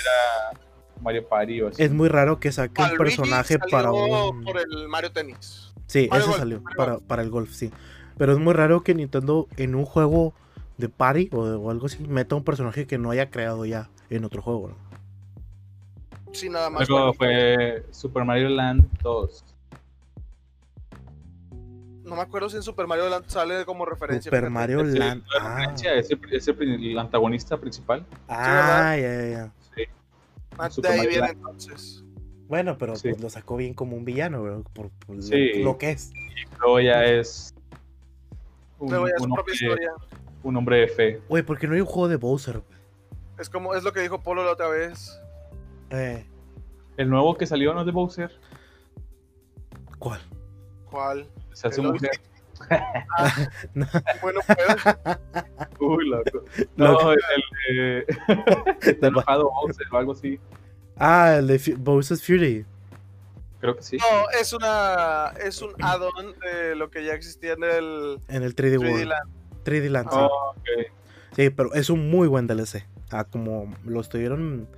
S2: Mario Party o así.
S1: es muy raro que saque un
S3: Waluigi
S1: personaje
S3: salió
S1: para un
S3: por el Mario Tennis.
S1: Sí,
S3: Mario
S1: ese
S3: Golf,
S1: salió
S3: Mario
S1: para, para el golf, sí. Pero es muy raro que Nintendo en un juego de party o, o algo así meta un personaje que no haya creado ya en otro juego. ¿no?
S3: Sí, nada más.
S2: Luego
S3: Waluigi.
S2: fue Super Mario Land 2.
S3: No me acuerdo si en Super Mario Land sale como referencia.
S1: Super
S3: fíjate.
S1: Mario
S2: Sí,
S1: Land.
S2: la
S1: Ah,
S2: referencia es el, es el pri- el antagonista principal.
S1: ah, ya, ya, ya.
S2: Sí.
S3: Ah,
S2: Super
S3: de ahí
S2: Mario
S3: viene
S2: Land.
S3: entonces.
S1: Bueno, pero
S2: Sí.
S1: pues, lo sacó bien como un villano, bro, por, por lo-
S2: Sí.
S1: lo que es.
S2: Luego ya es. Un,
S3: Luego ya es su
S2: un
S3: propia
S2: hombre,
S3: historia.
S2: un hombre de fe.
S1: Oye, ¿por qué no hay un juego de Bowser? güey?
S3: Es como, es lo que dijo Polo la otra vez.
S1: Eh,
S2: El nuevo que salió no es de Bowser.
S1: ¿Cuál?
S3: ¿Cuál?
S2: Se hace
S3: El
S2: mujer.
S3: Bueno, pues,
S2: Uy, loco. No,
S1: Loco.
S2: el de. Está enojado Bowser o algo así.
S1: Ah, el de Fu- Bowser's Fury.
S2: Creo que sí.
S3: no, es una, es un add-on de lo que ya existía en el
S1: En el 3D,
S3: 3D
S1: World.
S3: Land.
S1: 3D Land, sí.
S2: Oh, ok.
S1: Sí, pero es un muy buen DLC. Ah, como lo estuvieron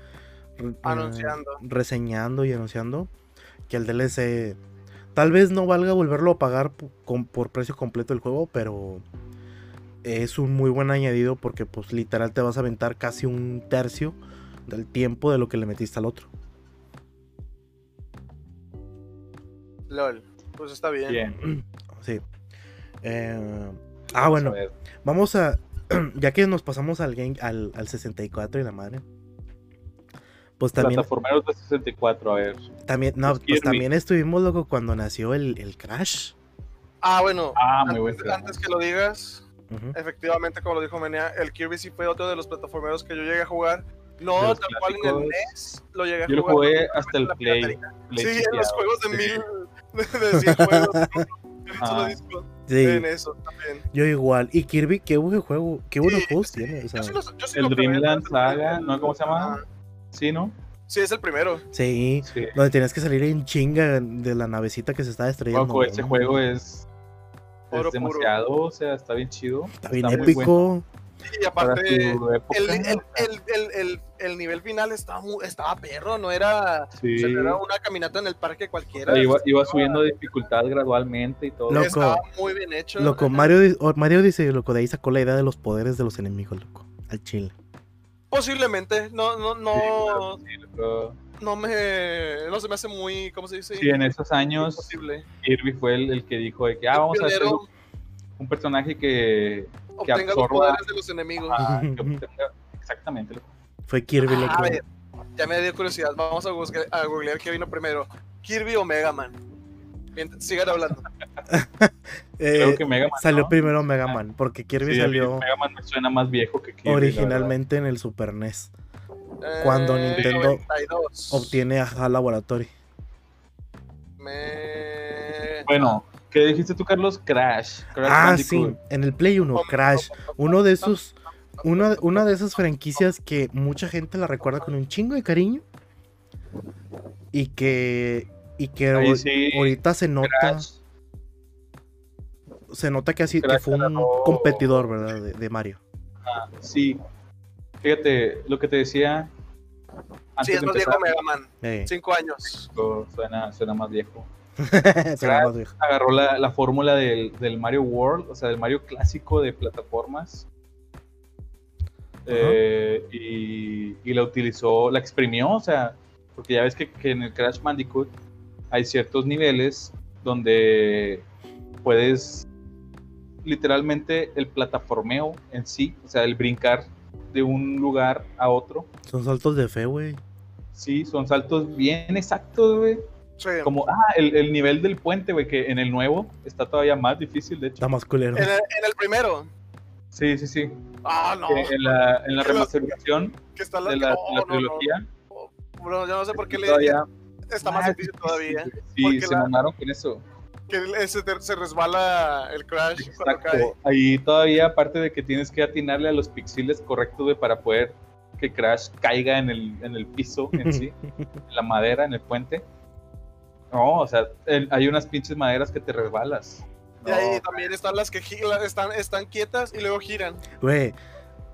S1: re- eh,
S3: Anunciando.
S1: reseñando y anunciando. Que el DLC tal vez no valga volverlo a pagar p- con- por precio completo el juego, pero es un muy buen añadido porque pues literal te vas a aventar casi un tercio del tiempo de lo que le metiste al otro.
S3: LOL. Pues está bien.
S2: Bien.
S1: Sí. Eh, ah, bueno.
S2: A ver.
S1: Vamos a. Ya que nos pasamos al, game, al, al 64 y la madre. Pues también.
S2: Plataformeros de 64, a ver.
S1: también no,
S2: los
S1: pues
S2: Kirby.
S1: también estuvimos, loco, cuando nació el, el Crash.
S3: Ah, bueno.
S2: Ah, muy buen
S3: antes,
S2: juego.
S3: antes que lo digas,
S1: Ujú.
S3: efectivamente, como lo dijo Menea, el Kirby sí fue otro de los plataformeros que yo llegué a jugar. No,
S2: De los
S3: tal cual en el
S2: clásicos.
S3: NES lo llegué a
S2: Yo lo
S3: jugar.
S2: jugué hasta el
S3: la
S2: Play.
S3: piratería.
S2: Play
S3: sí, en
S2: chipeado.
S3: los juegos de
S2: Sí.
S3: mil, de 100 juegos, ¿no? en un solo
S2: Ah.
S3: disco,
S1: Sí,
S3: en eso también.
S1: yo igual. Y Kirby, qué buen juego, qué buenos
S3: Sí,
S1: juegos tiene. o sea,
S3: Yo sí los- yo sí
S2: El
S3: lo probé,
S2: Dreamland
S3: ¿no?
S2: Saga, ¿no? ¿Cómo se llama?
S3: Ah,
S2: Sí, ¿no?
S3: Sí, es el primero.
S1: sí,
S2: Sí.
S1: donde tenías que salir en chinga de la navecita que se estaba estrellando.
S2: Loco, ese
S1: ¿no?
S2: juego es, es
S3: Oro puro.
S2: demasiado, o sea, está bien chido.
S1: Está bien
S2: muy bueno
S1: épico.
S3: Y
S2: para
S3: aparte, el,
S2: su época.
S3: el, el, el- el- el nivel final estaba, mu- estaba perro, no era,
S2: Sí.
S3: o sea, no era una caminata en el parque cualquiera.
S2: Iba, iba subiendo dificultad gradualmente y todo.
S1: Loco.
S3: Estaba muy bien hecho.
S1: Loco, Mario, di- o- Mario dice, loco, de ahí sacó la idea de los poderes de los enemigos, loco. Al chile.
S3: Posiblemente, no, no, no,
S2: Sí, loco.
S3: no me, no se me hace muy, ¿cómo se dice?
S2: Sí, en esos años
S3: Imposible.
S2: Kirby fue el, el que dijo de que ah, vamos a hacer
S3: pues, Pionero,
S2: un- un personaje que, que
S3: obtenga los
S2: absorba-
S3: poderes de los enemigos.
S2: ah, que obtenga- exactamente loco.
S1: Fue Kirby, loco. Eh,
S3: A ver, Ah, ya me dio curiosidad. Vamos a, buscar, a googlear qué vino primero: Kirby o Mega Man. Bien, sigan hablando.
S2: Creo
S1: Eh,
S2: que Mega Man,
S1: Salió
S2: ¿no?
S1: primero Mega Man, porque Kirby
S2: Sí, a mí
S1: salió
S2: Mega Man me suena más viejo que Kirby. la
S1: originalmente en el Super E NES.
S3: Eh,
S1: Cuando Nintendo
S3: 92.
S1: Obtiene a Laboratory.
S3: Me-
S2: verdad. Bueno, ¿qué dijiste tú, Carlos? Crash. Crash
S1: Ah, sí,
S2: Bandicoot.
S1: en el Play 1, Crash. Uno de esos, una, una de esas franquicias que mucha gente la recuerda con un chingo de cariño. Y que. Y que
S2: Ahí
S1: ahor-
S2: sí,
S1: ahorita se nota.
S2: Crash.
S1: Se nota que así que
S2: Crash
S1: fue un
S2: ganó-
S1: competidor, ¿verdad? De, de Mario.
S2: Sí. Fíjate, lo que te decía
S3: Sí, es
S2: de
S3: más
S2: empezar,
S3: viejo Mega Man.
S1: Eh,
S3: Cinco años.
S2: esto suena, suena más viejo.
S1: suena más viejo.
S2: Agarró la, la fórmula del, del Mario World, o sea, del Mario clásico de plataformas. Eh, y, y la utilizó, la exprimió, o sea, porque ya ves que, que en el Crash Bandicoot hay ciertos niveles donde puedes literalmente el plataformeo en sí, o sea, el brincar de un lugar a otro.
S1: Son saltos de fe, güey.
S2: Sí, son saltos bien exactos, güey.
S3: Sí.
S2: Como, ah, el, el nivel del puente, güey, que en el nuevo está todavía más difícil, de hecho.
S1: Está más culero.
S3: En el, en el primero.
S2: Sí, sí, sí.
S3: Ah, no.
S2: Eh, En la, en la
S3: Que los-
S2: remasterización
S3: Que está la,
S2: de la,
S3: no,
S2: de la
S3: no, no.
S2: trilogía.
S3: Bro, yo no sé por qué le
S2: todavía
S3: está
S1: Ah,
S3: más difícil todavía.
S2: güey. Sí,
S3: porque
S2: se
S3: la-
S2: mamaron con eso.
S3: Que el- ese te- se resbala el crash cuando cae.
S2: Exacto. Ahí todavía, aparte de que tienes que atinarle a los pixeles correctos, güey, para poder que Crash caiga en el, en el piso en sí, en la madera, en el puente. No, o sea, el- hay unas pinches maderas que te resbalas.
S3: Y ahí
S2: No,
S3: también están las que giran, están, están quietas y luego giran.
S1: Güey,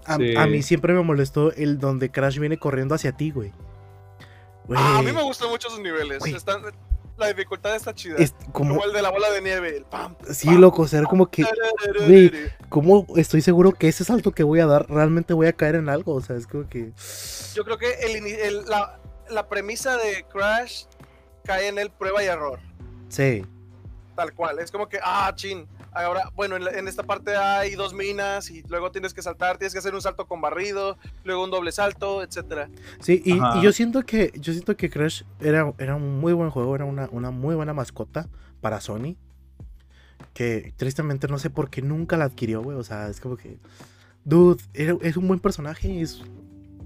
S1: a,
S2: Sí.
S1: a mí siempre me molestó el donde Crash viene corriendo hacia ti, güey. Güey,
S3: Ah, a mí me gustan mucho esos niveles.
S1: Güey.
S3: Están, la dificultad está chida.
S1: es como,
S3: Como el de la bola de nieve. El pam.
S1: sí, loco, o sea, era como que, güey. como estoy seguro que ese salto que voy a dar realmente voy a caer en algo, o sea, es como que,
S3: Yo creo que el ini- el- la, la premisa de Crash cae en el prueba y error.
S1: sí,
S3: Tal cual. Es como que, ah, chin. Ahora, bueno, en, la- en esta parte hay dos minas y luego tienes que saltar, tienes que hacer un salto con barrido, luego un doble salto, etcétera.
S1: sí, y,
S2: Ajá.
S1: y yo siento que, yo siento que Crash era, era un muy buen juego, era una, una muy buena mascota para Sony, que tristemente no sé por qué nunca la adquirió, güey, o sea, es como que, dude, era- es un buen personaje, es,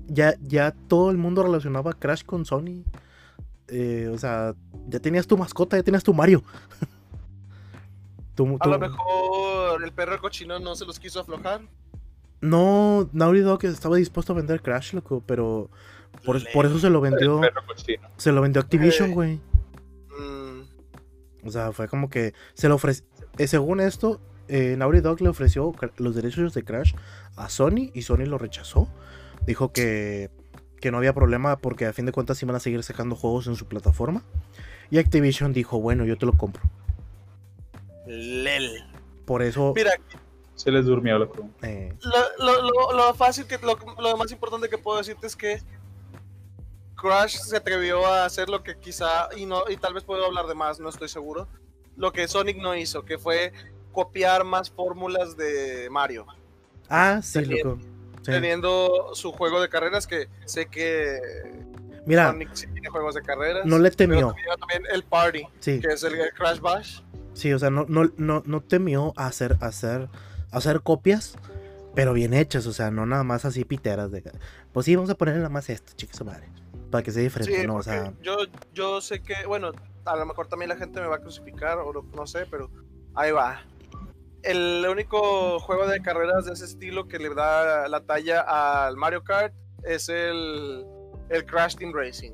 S1: ya, ya todo el mundo relacionaba a Crash con Sony, eh, o sea, ya tenías tu mascota, ya tenías tu Mario. Tu-
S3: A lo
S1: tu-
S3: mejor el perro cochino no se los quiso aflojar.
S1: No, Naughty Dog estaba dispuesto a vender Crash, loco, pero por, por eso se lo vendió,
S2: el perro cochino.
S1: se lo vendió Activision,
S3: Eh.
S1: güey.
S3: Mm,
S1: O sea, fue como que se lo ofreció, según esto, eh, Naughty Dog le ofreció cr- los derechos de Crash a Sony y Sony lo rechazó. Dijo que, que no había problema porque a fin de cuentas iban a seguir sacando juegos en su plataforma. Y Activision dijo, bueno, yo te lo compro.
S3: lel.
S1: Por eso,
S3: Mira,
S2: Se les durmió, loco.
S1: eh,
S3: lo, lo- lo- lo fácil que lo, lo más importante que puedo decirte es que Crash se atrevió a hacer lo que quizá y no y tal vez puedo hablar de más, no estoy seguro. Lo que Sonic no hizo, que fue copiar más fórmulas de Mario,
S1: ah, sí,
S3: Tenía-
S1: loco. Sí.
S3: teniendo su juego de carreras que sé que
S1: Mira,
S3: Sonic sí tiene juegos de carreras.
S1: no le
S3: pero
S1: temió,
S3: tenía también el Party,
S1: sí.
S3: que es el, el Crash Bash.
S1: Sí, o sea, no, no, no, no temió a hacer, a hacer, a hacer copias, pero bien hechas, o sea, no nada más así piteras de... Pues sí, vamos a ponerle nada más esto, chicas madre. Para que sea diferente,
S3: Sí,
S1: ¿no? O
S3: porque
S1: sea,
S3: yo, yo sé que, bueno, a lo mejor también la gente me va a crucificar o lo- no sé, pero ahí va. El único juego de carreras de ese estilo que le da la talla al Mario Kart es el, el Crash Team Racing.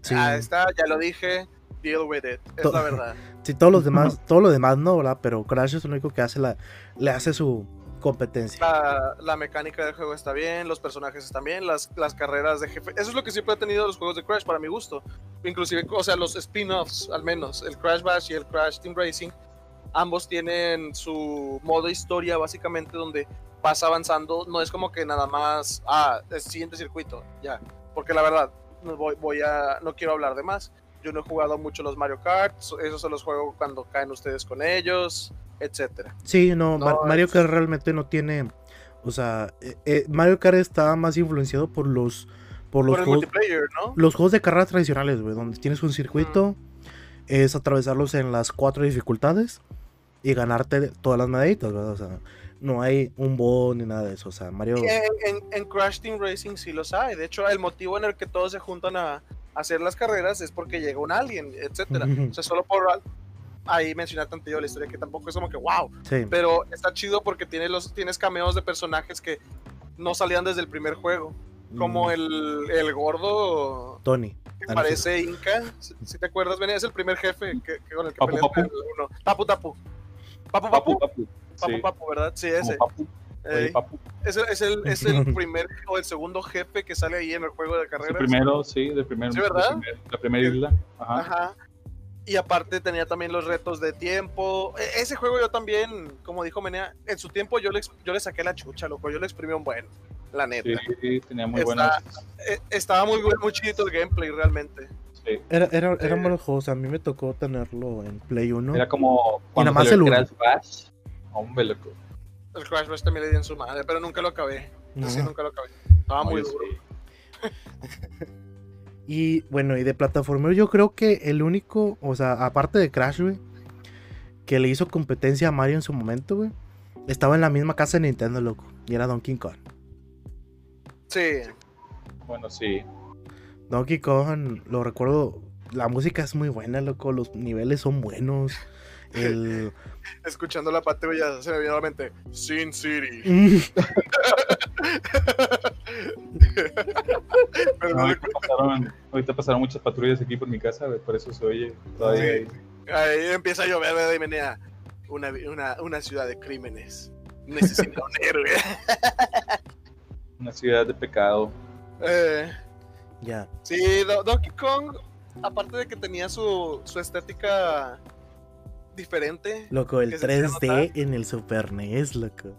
S1: sí,
S3: Ahí está, ya lo dije, deal with it, es
S1: To-
S3: la verdad.
S1: sí, todos los demás, todo lo demás no, ¿verdad? Pero Crash es el único que hace la, le hace su competencia.
S3: La, la mecánica del juego está bien, los personajes están bien, las, las carreras de jefe. Eso es lo que siempre ha tenido los juegos de Crash para mi gusto. Inclusive, o sea, los spin-offs, al menos, el Crash Bash y el Crash Team Racing, ambos tienen su modo historia básicamente donde vas avanzando, no es como que nada más, ah, el siguiente circuito, ya. Porque la verdad, no, voy, voy a, no quiero hablar de más. Yo no he jugado mucho los Mario Kart, so- esos se los juego cuando caen ustedes con ellos, etcétera.
S1: Sí, no, Mar-
S3: No,
S1: Mario
S3: es-
S1: Kart realmente no tiene, o sea, eh, eh, Mario Kart está más influenciado por los, por los
S3: Por el
S1: juegos-
S3: multiplayer, ¿no?
S1: los juegos de carreras tradicionales, güey, donde tienes un circuito, es atravesarlos en las cuatro dificultades y ganarte todas las medallitas, ¿verdad? O sea, no hay un bot ni nada de eso, o sea, Mario...
S3: Sí, En, en- en Crash Team Racing sí los hay. De hecho, el motivo en el que todos se juntan a, a hacer las carreras es porque llega un alien, etcétera. O sea, solo por al- ahí mencionar tantillo la historia que tampoco es como que wow.
S1: Sí,
S3: Pero está chido porque tiene los, tienes cameos de personajes que no salían desde el primer juego. Como
S1: mm,
S3: el, el gordo
S1: Tony.
S3: que
S1: Ah, no,
S3: parece Inca. Si, si te acuerdas, Benny, es el primer jefe que, que con el que
S2: Papu,
S3: peleas
S2: papu.
S3: en el uno. Tapu Tapu. Papu
S2: Papu,
S3: Papu. Papu
S2: papu. Sí,
S3: Papu, ¿verdad? Sí,
S2: como
S3: ese.
S2: papu. Oye,
S3: Ey,
S2: papu,
S3: es, el- es el, es el primer o el segundo jefe que sale ahí en el juego de
S2: es
S3: carreras.
S2: el primero, sí, del primer,
S3: Sí, ¿verdad?
S2: del primer- la primera isla. Ajá.
S3: Ajá. Y aparte tenía también los retos de tiempo. E- ese juego yo también, como dijo Menea, en su tiempo yo le, ex- yo le saqué la chucha, loco. Yo le exprimí un buen, la neta.
S2: Sí, sí, tenía muy
S3: Está-
S2: buenas.
S3: E- estaba muy, buen- muy chido el gameplay realmente.
S2: sí.
S1: Era, era,
S3: Eh,
S1: eran buenos juegos. A mí me tocó tenerlo en Play 1.
S2: Era como cuando
S1: más
S2: salió
S1: el
S2: el
S1: uno.
S2: Crash Bash. Hombre, loco.
S3: El Crash Bash también le di en su madre, pero nunca lo acabé.
S1: No.
S3: Sí, nunca lo acabé. Estaba
S2: No,
S3: Ah, muy
S2: yo
S3: duro.
S2: sí.
S1: Y bueno, y de plataformero yo creo que el único, o sea, aparte de Crash, güey, que le hizo competencia a Mario en su momento, güey, estaba en la misma casa de Nintendo, loco. Y era Donkey Kong.
S3: Sí,
S2: Bueno, sí.
S1: Donkey Kong, lo recuerdo, la música es muy buena, loco, los niveles son buenos. El...
S3: escuchando la patrulla se me vino a la mente. Sin City. Pero
S2: No,
S3: no
S2: ahorita, pasaron, ahorita pasaron muchas patrullas aquí por mi casa, güey, por eso se oye. Todavía
S3: Ahí empieza a llover de menea. Una, una, una ciudad de crímenes. Necesita un héroe.
S2: una ciudad de pecado.
S3: Eh,
S1: ya.
S3: sí, Do- Donkey Kong, aparte de que tenía su, su estética diferente.
S1: Loco, el
S3: Que se hacía
S1: 3D en el Super NES, loco.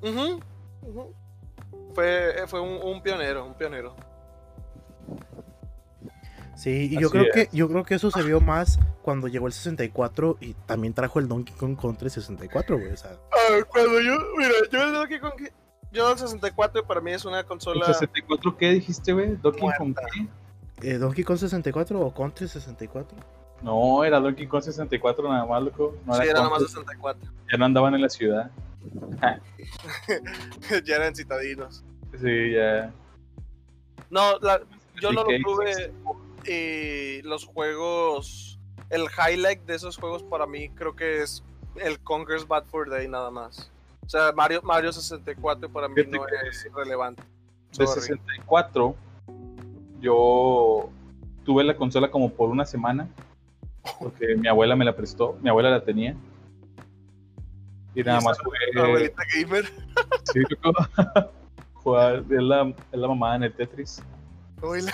S3: Ujú, ujú. Fue, eh, fue un, un pionero, un pionero.
S1: Sí, y yo
S2: Así
S1: creo, que,
S2: es.
S1: yo creo que eso se vio más cuando llegó el 64 y también trajo el Donkey Kong contra el 64, güey. O sea,
S3: Ah, cuando yo, mira, yo el Donkey Kong, yo el 64 para mí es una
S2: ¿El
S3: consola
S2: 64 qué dijiste, güey? ¿Donkey Kong
S3: Muerta.
S2: qué?
S1: eh, ¿Donkey Kong 64 o Country 64?
S2: No, era Donkey Kong 64 nada más, loco. No
S3: sí,
S2: era
S3: era nada más
S2: Kong,
S3: 64.
S2: Ya no andaban en la ciudad.
S3: ya eran citadinos.
S2: Sí, ya.
S3: No, la- yo no lo
S2: Arcade.
S3: tuve y los juegos, el highlight de esos juegos para mí creo que es el Conker's Bad for Day nada más. O sea, Mario, Mario 64 para mí
S2: Fíjate
S3: no
S2: que
S3: es relevante.
S2: de
S3: Sorry.
S2: 64 yo tuve la consola como por una semana porque mi abuela me la prestó, mi abuela la tenía y nada
S3: Y
S2: más jugué,
S3: Abuelita gamer.
S2: sí, loco. Jugaba- es la, es la mamada en el Tetris
S3: Abuela.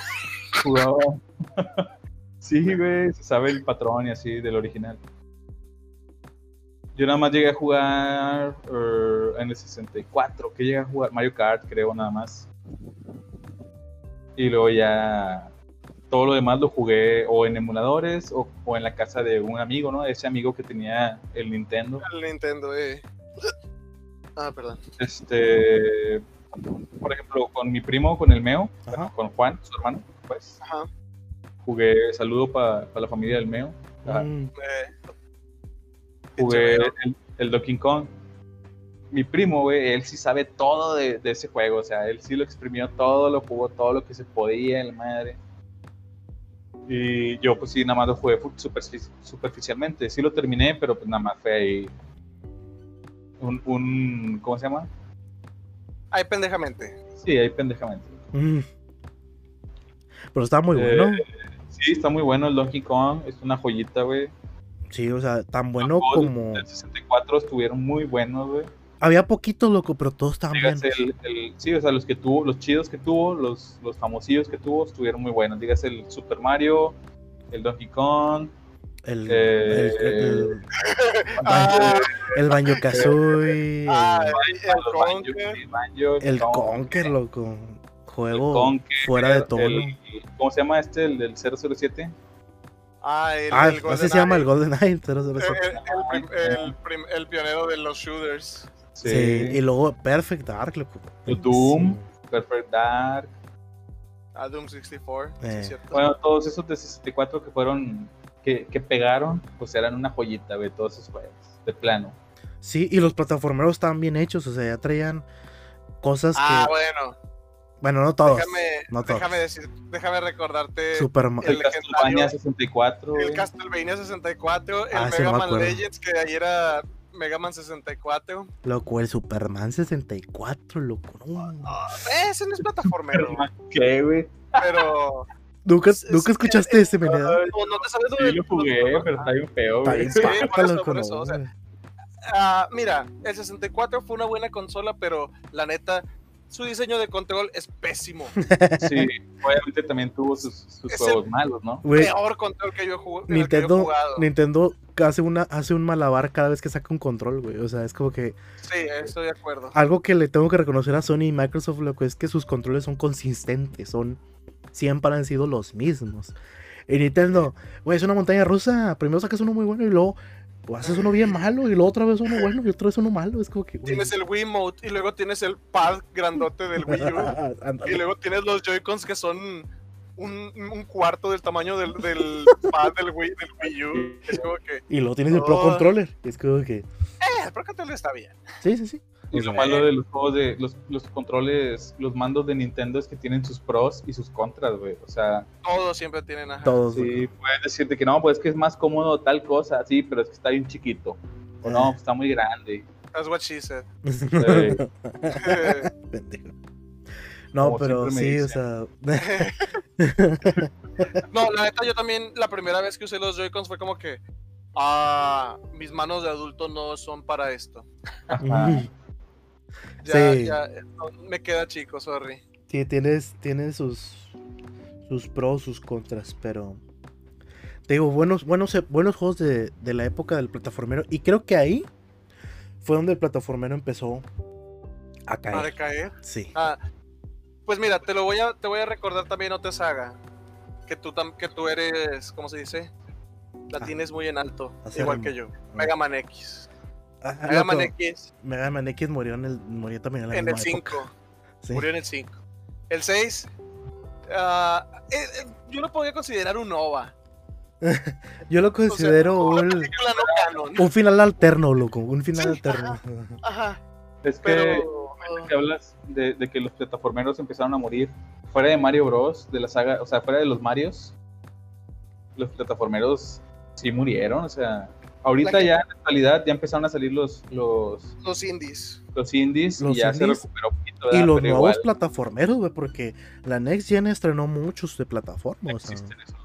S2: jugaba sí güey, se sabe el patrón y así del original yo nada más llegué a jugar eh, en el 64, que llegué a jugar Mario Kart, creo, nada más. Y luego ya todo lo demás lo jugué o en emuladores o, o en la casa de un amigo, ¿no? Ese amigo que tenía el Nintendo.
S3: El Nintendo, eh. Ah, perdón.
S2: Este, por ejemplo, con mi primo, con el Meo,
S1: Ajá.
S2: con Juan, su hermano, pues.
S3: Ajá.
S2: Jugué, saludo para la familia del Meo. Ah,
S1: Mm,
S3: Eh,
S2: jugué
S3: Chévere.
S2: el, el Donkey Kong. Mi primo, güey, él sí sabe todo de, de ese juego. O sea, él sí lo exprimió todo, lo jugó todo lo que se podía, la madre. Y yo, pues sí, nada más lo jugué fu- superfici- superficialmente. Sí lo terminé, pero pues nada más fue ahí. Un, un- ¿Cómo se llama?
S3: Ay, pendejamente.
S2: Sí, ahí pendejamente.
S1: mm. Pero está muy
S2: Eh,
S1: bueno.
S2: Sí, está muy bueno el Donkey Kong. Es una joyita, güey.
S1: Sí, o sea, tan
S2: Los
S1: bueno
S2: juegos
S1: como.
S2: del 64 estuvieron muy buenos, güey.
S1: Había poquitos, loco, pero todos estaban bien.
S2: Dígase el, el- sí, o sea, los que tuvo, los chidos que tuvo, los, los famosillos que tuvo, estuvieron muy buenos. Dígase el Super Mario, el Donkey Kong,
S1: El,
S2: eh,
S1: el, el,
S3: Ah,
S1: Baño Kazooie,
S3: ah, el
S2: los Banjo-
S3: Conker.
S2: sí, Banjo,
S1: el
S2: Kong,
S1: Conker, loco. Juego
S2: Conker,
S1: fuera de tono.
S2: el- ¿Cómo se llama este? El del 007.
S3: Ah, el,
S1: ah,
S3: el
S1: no sé si se llama el Golden Knight,
S3: el, el prim- el prim- el pionero de los shooters.
S1: Sí. y luego Perfect Dark, loco.
S2: El Doom.
S1: Sí.
S2: Perfect Dark.
S3: A Doom 64, sí,
S1: Eh.
S3: es cierto.
S2: Bueno, todos esos de 64 que fueron, que, que pegaron, pues eran una joyita, güey, todos esos juegos, de plano.
S1: Sí, y los plataformeros estaban bien hechos, o sea, ya traían cosas
S3: ah,
S1: que.
S3: bueno,
S1: Bueno, no todos.
S3: déjame,
S1: no todos.
S3: déjame, decir, déjame recordarte
S1: Super Ma-
S3: El
S2: El Castlevania
S3: legendario-
S2: 64,
S3: el
S2: güey.
S3: Castlevania 64, el
S1: Ah, ese
S3: Mega
S1: no me
S3: Man
S1: acuerdo.
S3: Legends, que ahí era Mega Man 64.
S1: Loco, el Superman 64, loco. no.
S3: Ah, ese no es plataformero,
S2: ¿Qué, güey?
S3: pero
S1: ¿Nunca,
S3: sí,
S1: nunca
S3: sí,
S1: escuchaste ese menea?
S3: no, no te sabes
S2: Sí,
S3: dónde
S2: lo jugué, pero está bien feo,
S1: Está
S2: güey.
S1: bien, pata,
S3: por eso,
S1: loco,
S3: por eso,
S1: no,
S3: o sea, Ah, mira, el 64 fue una buena consola, pero la neta, su diseño de control es pésimo.
S2: Sí, obviamente también tuvo sus, sus
S3: Es
S2: juegos malos, ¿no?
S1: Güey,
S3: Peor control que yo he jugado. que yo he
S1: Nintendo,
S3: jugado.
S1: Nintendo hace, una, hace un malabar cada vez que saca un control, güey. O sea, es como que
S3: Sí, estoy de acuerdo.
S1: algo que le tengo que reconocer a Sony y Microsoft, lo que es que sus controles son consistentes, son siempre han sido los mismos. Y Nintendo, güey, es una montaña rusa. Primero sacas uno muy bueno y luego pues, haces uno bien malo y luego otra vez uno bueno y otra vez uno malo. Es como que, güey,
S3: Tienes el Wiimote y luego tienes el pad grandote del Wii U.
S1: ándale.
S3: y luego tienes los Joy-Cons que son un, un cuarto del tamaño del, del pad del Wii, del Wii U. Es como que,
S1: Y luego tienes el Pro
S3: Oh.
S1: Controller. Es como que,
S3: eh, Pro Control está bien.
S1: sí, sí, sí.
S2: Y lo malo de los juegos de los, los controles, los mandos de Nintendo es que tienen sus pros y sus contras, güey. O sea,
S3: Todos siempre tienen ajá.
S1: Todos. güey.
S2: sí, puedes decirte que no, pues es que es más cómodo tal cosa, sí, pero es que está bien chiquito. O no, está muy grande.
S3: That's what she said.
S2: Eh,
S1: Pendejo. No,
S2: Como
S1: pero
S2: siempre me
S1: sí, o sea.
S2: dicen.
S3: No, la neta, yo también, la primera vez que usé los Joy-Cons fue como que, ah, mis manos de adulto no son para esto.
S2: ajá.
S3: Ya,
S1: Sí.
S3: ya, no, me queda chico, sorry.
S1: Sí, tienes, tienes sus, sus pros, sus contras, pero. Te digo, buenos, buenos, buenos juegos de, de la época del plataformero. Y creo que ahí fue donde el plataformero empezó a
S3: Para
S1: caer.
S3: caer.
S1: Sí.
S3: Ah, pues mira, te lo voy a, te voy a recordar también otra saga. Que tú, tam- que tú eres, ¿cómo se dice? La
S1: Ah.
S3: tienes muy en alto,
S1: Así
S3: igual
S1: remo.
S3: que yo. Mega Man X.
S1: Ah,
S3: Mega
S1: loco,
S3: Man X
S1: Mega Man X murió, en el, murió también en la
S3: en el
S1: misma época.
S3: 5.
S1: Sí.
S3: Murió en el 5. El 6. eh, yo lo podría considerar un OVA.
S1: Yo lo
S3: O sea,
S1: considero
S3: una
S1: un,
S3: película no canon.
S1: un final alterno, loco. Un final
S3: Sí,
S1: alterno.
S3: Ajá,
S2: Es que
S3: pero.
S2: que hablas de, de que los plataformeros empezaron a morir fuera de Mario Bros, de la saga, o sea, fuera de los Marios, los plataformeros sí murieron, o sea, ahorita
S3: La que-
S2: ya en la actualidad ya empezaron a salir los los,
S3: Los indies.
S2: los indies
S1: Los
S2: y ya
S1: indies
S2: se recuperó un poquito,
S1: Y
S2: ¿verdad?
S1: los
S2: Pero
S1: nuevos
S2: igual
S1: plataformeros, güey, porque la Next Gen estrenó muchos de plataformas. o sea.
S2: existen esos.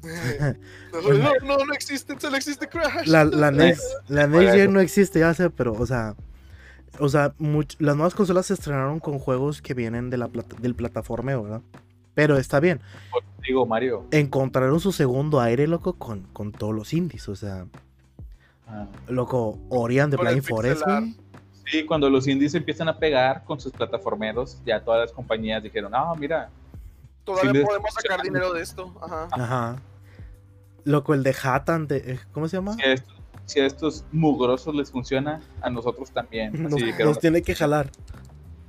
S3: No,
S1: Pues-
S3: no, no, no existe, solo existe Crash.
S1: La, la Next, la Next
S2: Juega
S1: Gen
S2: eso.
S1: no existe, ya sé, pero, o sea, o sea much- las nuevas consolas se estrenaron con juegos que vienen de la plata- del plataformeo, ¿verdad? Pero está bien,
S2: Digo, Mario.
S1: encontraron su segundo aire, loco, con, con todos los indies, o sea,
S2: Ah.
S1: loco, Orion de
S3: Con el
S1: Blind Forest,
S3: pixel
S1: güey.
S2: Sí, cuando los indies empiezan a pegar con sus plataformeros, ya todas las compañías dijeron, ah, mira,
S3: Todavía
S2: Sí, les-
S3: podemos sacar dinero de esto. Ajá.
S1: Ajá. Loco, el de Hatan, de, eh, ¿cómo se llama?
S2: si a estos, si a estos mugrosos les funciona, a nosotros también. Así
S1: Nos,
S2: dijeron
S1: nos tiene que jalar.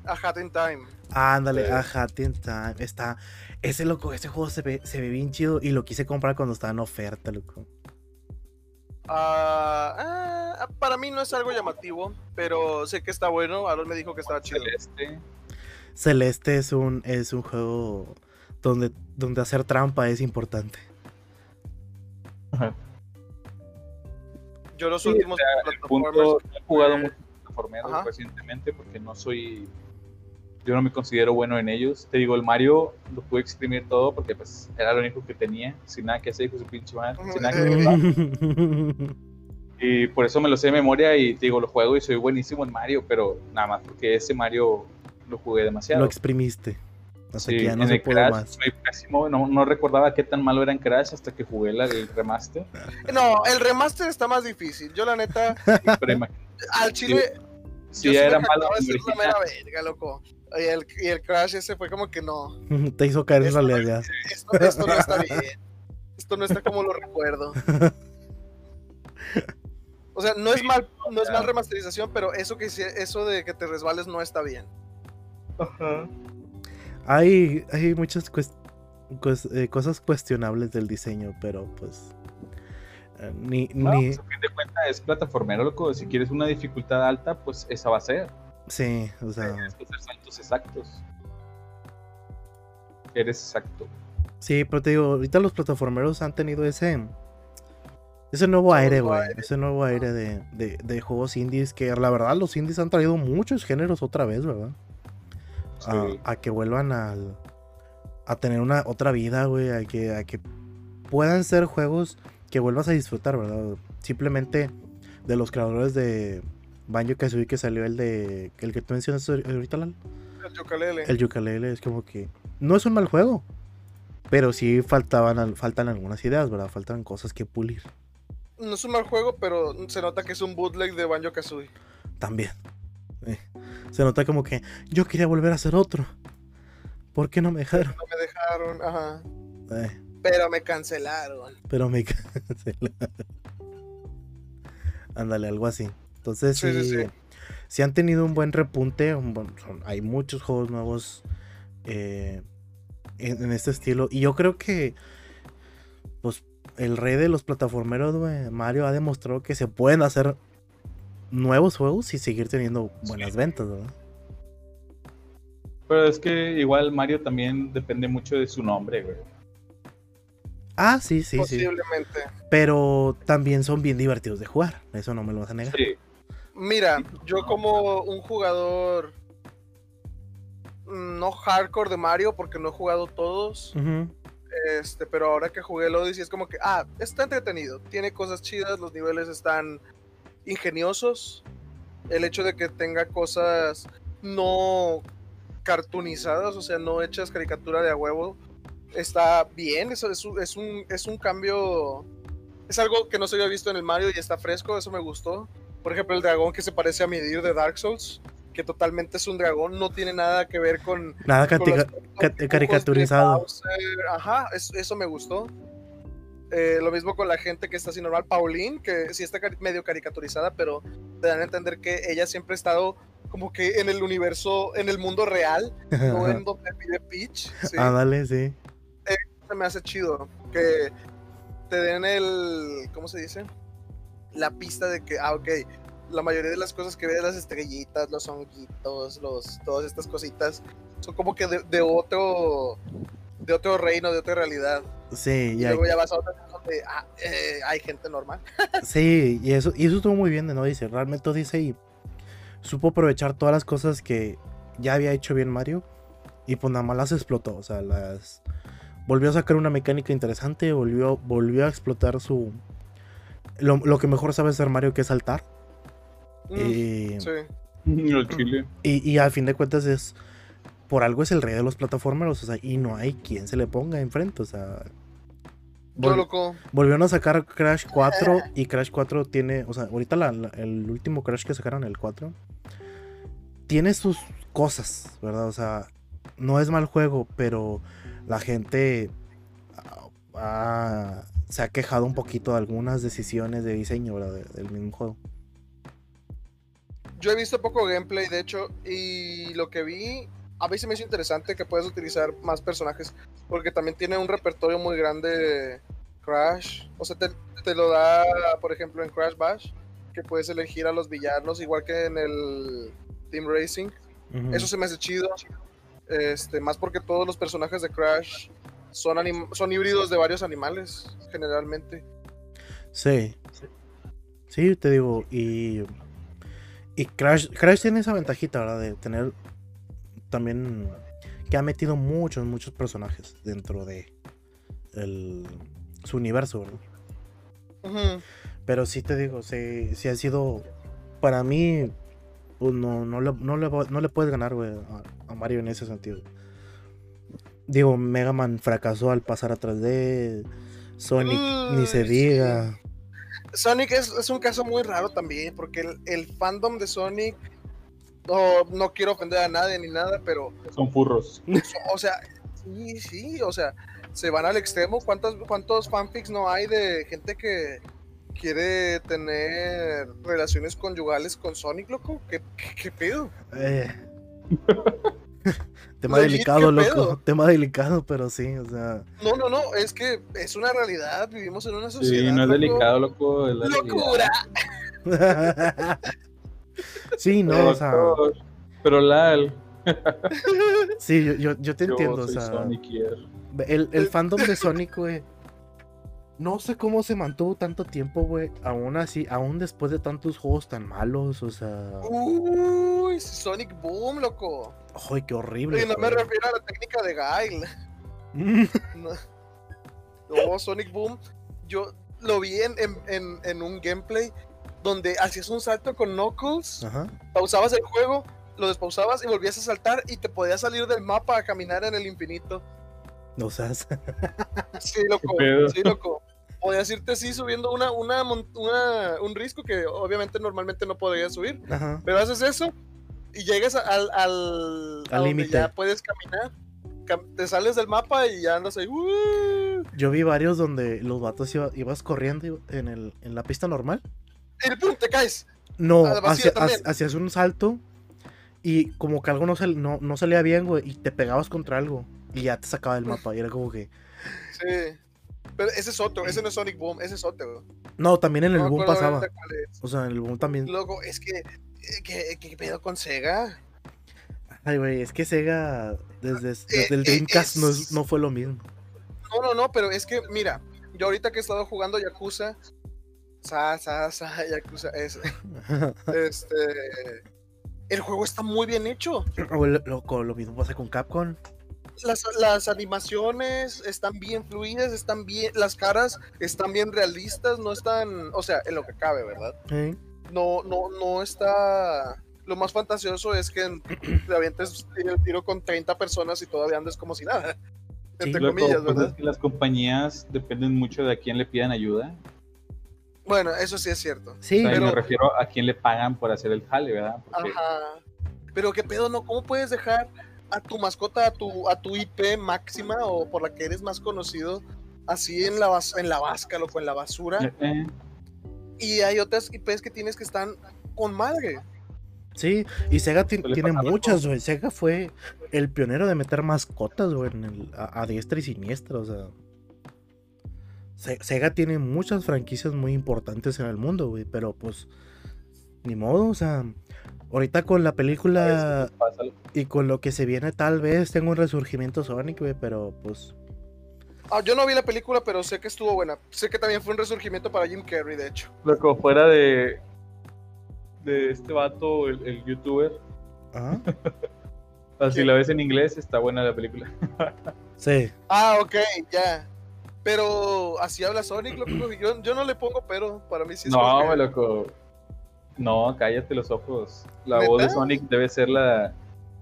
S3: A Hat in Time.
S1: Ándale,
S2: Sí.
S1: a Hat in Time. Está. Ese loco, ese juego se ve, se ve bien chido y lo quise comprar cuando estaba en oferta, loco.
S3: Ah, ah, para mí no es algo llamativo, pero sé que está bueno. Aaron me dijo que estaba chido.
S2: celeste.
S1: Celeste es un, es un juego donde, donde hacer trampa es importante.
S3: Yo los
S2: Sí,
S3: últimos
S2: el punto,
S3: plataformas.
S2: no he jugado mucho plataformeros
S3: Ajá.
S2: recientemente porque no soy, yo no me considero bueno en ellos. Te digo, el Mario lo pude exprimir todo porque pues era lo único que tenía, sin nada que hacer, hijo de su pinche madre, sin nada que hacer. Y por eso me lo sé de memoria y te digo, lo juego y soy buenísimo en Mario, pero nada más porque ese Mario lo jugué demasiado.
S1: lo exprimiste. Hasta
S2: Sí,
S1: que ya no
S2: en
S1: se
S2: el
S1: puede
S2: Crash
S1: más.
S2: soy pésimo, no, no recordaba qué tan malo era en Crash hasta que jugué la del remaster,
S3: No, el remaster está más difícil. Yo, la neta,
S2: pero imagínate,
S3: al chile.
S2: si
S3: yo
S2: ya
S3: sí me
S2: era malo
S3: jactaba de
S2: en
S3: ser la
S2: original.
S3: mera verga, loco. Y el, y el Crash ese fue como que no.
S1: Te hizo caer en
S3: Eso no
S1: realidad.
S3: Esto, esto no está bien. Esto no está como lo recuerdo. O sea, no es mal, no es mal remasterización, pero eso que hice- eso de que te resbales no está bien.
S1: Hay, hay muchas cues- cues- eh, cosas cuestionables del diseño, pero pues. eh, Ni,
S2: No,
S1: ni,
S2: pues, a fin de cuentas es plataformero, loco. Si quieres una dificultad alta, pues esa va a ser.
S1: sí, o sea.
S2: Tienes que hacer saltos exactos. Eres exacto.
S1: Sí, pero te digo, ahorita los plataformeros han tenido ese. Ese nuevo aire,
S3: nuevo
S1: güey.
S3: aire.
S1: Ese nuevo aire de, de- de juegos indies. Que la verdad, los indies han traído muchos géneros otra vez, ¿verdad? A,
S2: Sí.
S1: a que vuelvan al, a tener una otra vida, güey. A que, a que puedan ser juegos que vuelvas a disfrutar, ¿verdad? Simplemente de los creadores de Banjo Kazooie que salió el de el que tú mencionaste ahorita, Lal.
S3: El Yucalele.
S1: El Yucalele es como que no es un mal juego, pero sí faltaban al- faltan algunas ideas, ¿verdad? Faltan cosas que pulir
S3: No es un mal juego, pero se nota que es un bootleg de Banjo Kazooie.
S1: también. Eh, se nota como que yo quería volver a hacer otro. ¿Por qué no me dejaron?
S3: No me dejaron, ajá.
S1: Eh.
S3: Pero me cancelaron.
S1: Pero me cancelaron. Ándale, algo así. Entonces,
S3: Sí,
S1: sí,
S3: sí, sí.
S1: sí han tenido un buen repunte. un buen- son- hay muchos juegos nuevos eh, en, en este estilo. Y yo creo que, pues, el rey de los plataformeros, güey, Mario, ha demostrado que se pueden hacer nuevos juegos y seguir teniendo buenas ventas, ¿verdad?
S2: Pero es que igual Mario también depende mucho de su nombre, güey.
S1: Ah, sí, sí, sí.
S3: Posiblemente.
S1: Pero también son bien divertidos de jugar. Eso no me lo vas a negar.
S2: Sí.
S3: Mira, yo como un jugador mm, no hardcore de Mario, porque no he jugado todos,
S1: Ujú.
S3: este, pero ahora que jugué el Odyssey es como que, ah, está entretenido, tiene cosas chidas, los niveles están ingeniosos, el hecho de que tenga cosas no cartoonizadas, o sea, no hechas caricatura de a huevo, está bien, eso es, un- es un, es un cambio, es algo que no se había visto en el Mario y está fresco, eso me gustó. Por ejemplo, el dragón que se parece a Midir de Dark Souls, que totalmente es un dragón, no tiene nada que ver con
S1: Nada,
S3: con
S1: catica-
S3: los
S1: ca-
S3: dibujos de
S1: caricaturizado.
S3: Bowser, Ajá, es- eso me gustó. Eh, lo mismo con la gente que está así normal, Pauline, que sí está cari- medio caricaturizada, pero te dan a entender que ella siempre ha estado como que en el universo, en el mundo real, no en donde vive Peach. sí.
S1: Ándale, sí.
S3: Se me hace chido que te den el, ¿cómo se dice? La pista de que, ah, ok, la mayoría de las cosas que ves, las estrellitas, los honguitos, los, todas estas cositas, son como que de, de otro, de otro reino, de otra realidad.
S1: Sí,
S3: Y
S1: y hay-
S3: luego ya vas a otra donde ah, eh, hay gente normal.
S1: sí, y eso, y eso estuvo muy bien de no dice. Realmente dice y supo aprovechar todas las cosas que ya había hecho bien Mario y pues nada más las explotó, o sea, las volvió a sacar una mecánica interesante, volvió, volvió a explotar su lo, lo que mejor sabe hacer Mario que es saltar.
S3: Mm,
S1: Eh,
S3: sí.
S2: El chile.
S1: Y, y a fin de cuentas es. Por algo es el rey de los plataformeros. O sea, y no hay quien se le ponga enfrente. O sea.
S3: Yo
S1: vol-
S3: loco.
S1: volvieron a sacar Crash 4. Y Crash 4 tiene. O sea, ahorita la- la- el último Crash que sacaron, el 4. Tiene sus cosas, ¿verdad? O sea. No es mal juego, pero la gente. ah, ah, se ha quejado un poquito de algunas decisiones de diseño, ¿verdad? de- del mismo juego.
S3: Yo he visto poco gameplay, de hecho, y lo que vi, a mí se me hizo interesante que puedes utilizar más personajes, porque también tiene un repertorio muy grande Crash. O sea, te, te lo da, por ejemplo, en Crash Bash, que puedes elegir a los villanos, igual que en el Team Racing.
S1: Ujú.
S3: Eso se me hace chido. Este, más porque todos los personajes de Crash son, anim- son híbridos de varios animales, generalmente.
S1: Sí. Sí, te digo, y. Y Crash, Crash tiene esa ventajita, ¿verdad? De tener también. Que ha metido muchos, muchos personajes dentro de el- su universo, ¿verdad?
S3: Ujú.
S1: Pero sí te digo, sí, sí ha sido. Para mí, pues, no, no, le, no, le, no le puedes ganar, güey, a, a Mario en ese sentido. Digo, Mega Man fracasó al pasar atrás de. Sonic, ni se
S3: Uy, sí.
S1: diga.
S3: Sonic es, es un caso muy raro también, porque el, el fandom de Sonic, no, no quiero ofender a nadie ni nada, pero,
S2: Son furros.
S3: o sea, sí, sí, o sea, se van al extremo. ¿Cuántos, cuántos fanfics no hay de gente que quiere tener relaciones conyugales con Sonic, loco? ¿Qué, qué, qué pedo?
S1: Eh. tema
S3: Legit,
S1: delicado,
S3: ¿qué
S1: loco.
S3: pedo?
S1: Tema delicado, pero sí, o sea.
S3: No, no, no, es que es una realidad, vivimos en una sociedad.
S2: Sí, no es
S3: loco.
S2: delicado, loco. Es la realidad.
S3: ¡Locura!
S1: sí, no, o sea.
S2: Pero- Pero Lal,
S1: Sí, yo, yo, yo te
S2: yo
S1: entiendo, o
S2: soy
S1: sea.
S2: Sonic y él.
S1: El,
S3: Eh.
S1: el fandom de Sonic, güey. No sé cómo se mantuvo tanto tiempo, güey. Aún así, aún después de tantos juegos tan malos, o sea.
S3: Uy, Sonic Boom, loco.
S1: ¡Ay, qué horrible!
S3: Y no me
S1: fue.
S3: refiero a la técnica de Guile. No, No, Sonic Boom, yo lo vi en, en- en- en un gameplay donde hacías un salto con Knuckles,
S1: Ajá.
S3: pausabas el juego, lo despausabas y volvías a saltar y te podías salir del mapa a caminar en el infinito.
S1: No seas.
S3: Sí, loco,
S2: Qué pedo.
S3: sí, loco. Podías irte así subiendo una, una, mon- una- un risco que obviamente normalmente no podrías subir,
S1: Ajá.
S3: pero haces eso y llegas a- al al a
S1: Al
S3: donde
S1: límite.
S3: Ya puedes caminar, Cam- te sales del mapa y ya andas ahí. ¡uh!
S1: Yo vi varios donde los vatos iba- ibas corriendo iba- en, el, en la pista normal.
S3: Y ¡pum! te caes.
S1: No,
S3: Al Ah, vacío
S1: hacia- ha-
S3: también.
S1: hacías un salto y como que algo no, sal- no, no salía bien, güey, y te pegabas contra algo y ya te sacaba del mapa. Y era como que.
S3: Sí. Pero ese es otro, ese no es Sonic Boom, ese es otro.
S1: No, también en el
S3: No me
S1: boom
S3: acuerdo
S1: pasaba.
S3: ahorita cuál es.
S1: O sea, en el boom también.
S3: Loco, es que. eh, ¿Qué, qué pedo con Sega?
S1: Ay, güey, es que Sega desde, desde el
S3: eh,
S1: Dreamcast no, es-
S3: es-
S1: no fue lo mismo.
S3: No, no, no, pero es que, mira, yo ahorita que he estado jugando Yakuza. Sa, sa, sa, Yakuza. Es, este. El juego está muy bien hecho.
S1: O lo, loco, lo mismo pasa con Capcom.
S3: Las, las animaciones están bien fluidas, están bien. Las caras están bien realistas, no están. O sea, en lo que cabe, ¿verdad?
S1: ¿eh?
S3: no, no, no está. Lo más fantasioso es que en- te avientes el tiro con 30 personas y todavía andes como si nada.
S1: Sí,
S3: Entre
S2: Lo que
S3: comillas,
S2: pasa
S3: ¿verdad?
S2: pues, es que las compañías dependen mucho de a quién le pidan ayuda.
S3: Bueno, eso sí es cierto.
S1: Sí,
S2: O sea, y
S3: pero-
S2: me refiero a quién le pagan por hacer el jale, ¿verdad? Porque
S3: Ajá. Pero qué pedo, ¿no? ¿Cómo puedes dejar a tu mascota, a tu, a tu IP máxima o por la que eres más conocido, así en la, bas- en la vasca, loco, en la basura?
S2: eh,
S3: Y hay otras IPs que tienes que están con madre.
S1: sí. Y Sega ti-
S2: Suele
S1: tiene
S2: pasar, ¿no?
S1: muchas, güey. Sega fue el pionero de meter mascotas, güey, en el- a, a diestra y siniestra, o sea. Se- Sega tiene muchas franquicias muy importantes en el mundo, güey, pero pues. Ni modo, o sea. Ahorita con la película.
S2: pasa lo-
S1: Y con lo que se viene, tal vez tengo un resurgimiento Sonic, güey, pero pues.
S3: Ah, yo no vi la película, pero sé que estuvo buena. Sé que también fue un resurgimiento para Jim Carrey, de hecho.
S2: Loco, fuera de, de este vato, el, el youtuber,
S1: Ajá.
S2: o sea, si
S3: ¿Qué?
S2: la ves en inglés, está buena la película.
S1: Sí.
S3: Ah, ok, ya. Pero así habla Sonic, loco. Yo, yo no le pongo pero, para mí sí es como
S2: no,
S3: que-
S2: güey, loco. No, cállate los ojos. La
S3: ¿Neta?
S2: voz de Sonic debe ser la.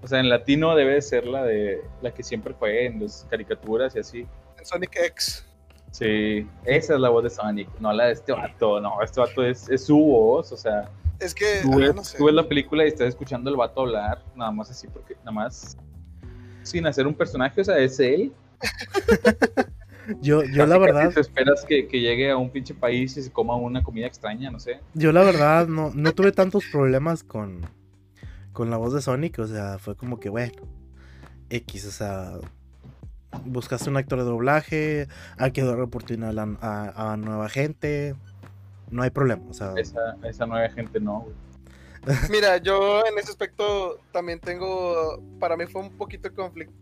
S2: O sea, en latino debe ser la de la que siempre fue en las caricaturas y así.
S3: Sonic X.
S2: Sí, esa es la voz de Sonic, no la de este vato. No, este vato es, es su voz. O sea,
S3: Es que,
S2: tú
S3: ah,
S2: ves,
S3: no sé.
S2: tú ves la película y estás escuchando al vato hablar, nada más así, porque nada más sin hacer un personaje, o sea, es él.
S1: Yo, yo la
S2: Casi, casi
S1: verdad,
S2: te esperas que, que llegue a un pinche país y se coma una comida extraña, no sé.
S1: yo la verdad no, no tuve tantos problemas con, con la voz de Sonic, o sea, fue como que bueno. X, o sea. Buscaste un actor de doblaje, hay que dar oportunidad a, la- a- a nueva gente. No hay problema, o sea.
S2: Esa, esa nueva gente no. güey.
S3: Mira, yo en ese aspecto también tengo. Para mí fue un poquito conflicto.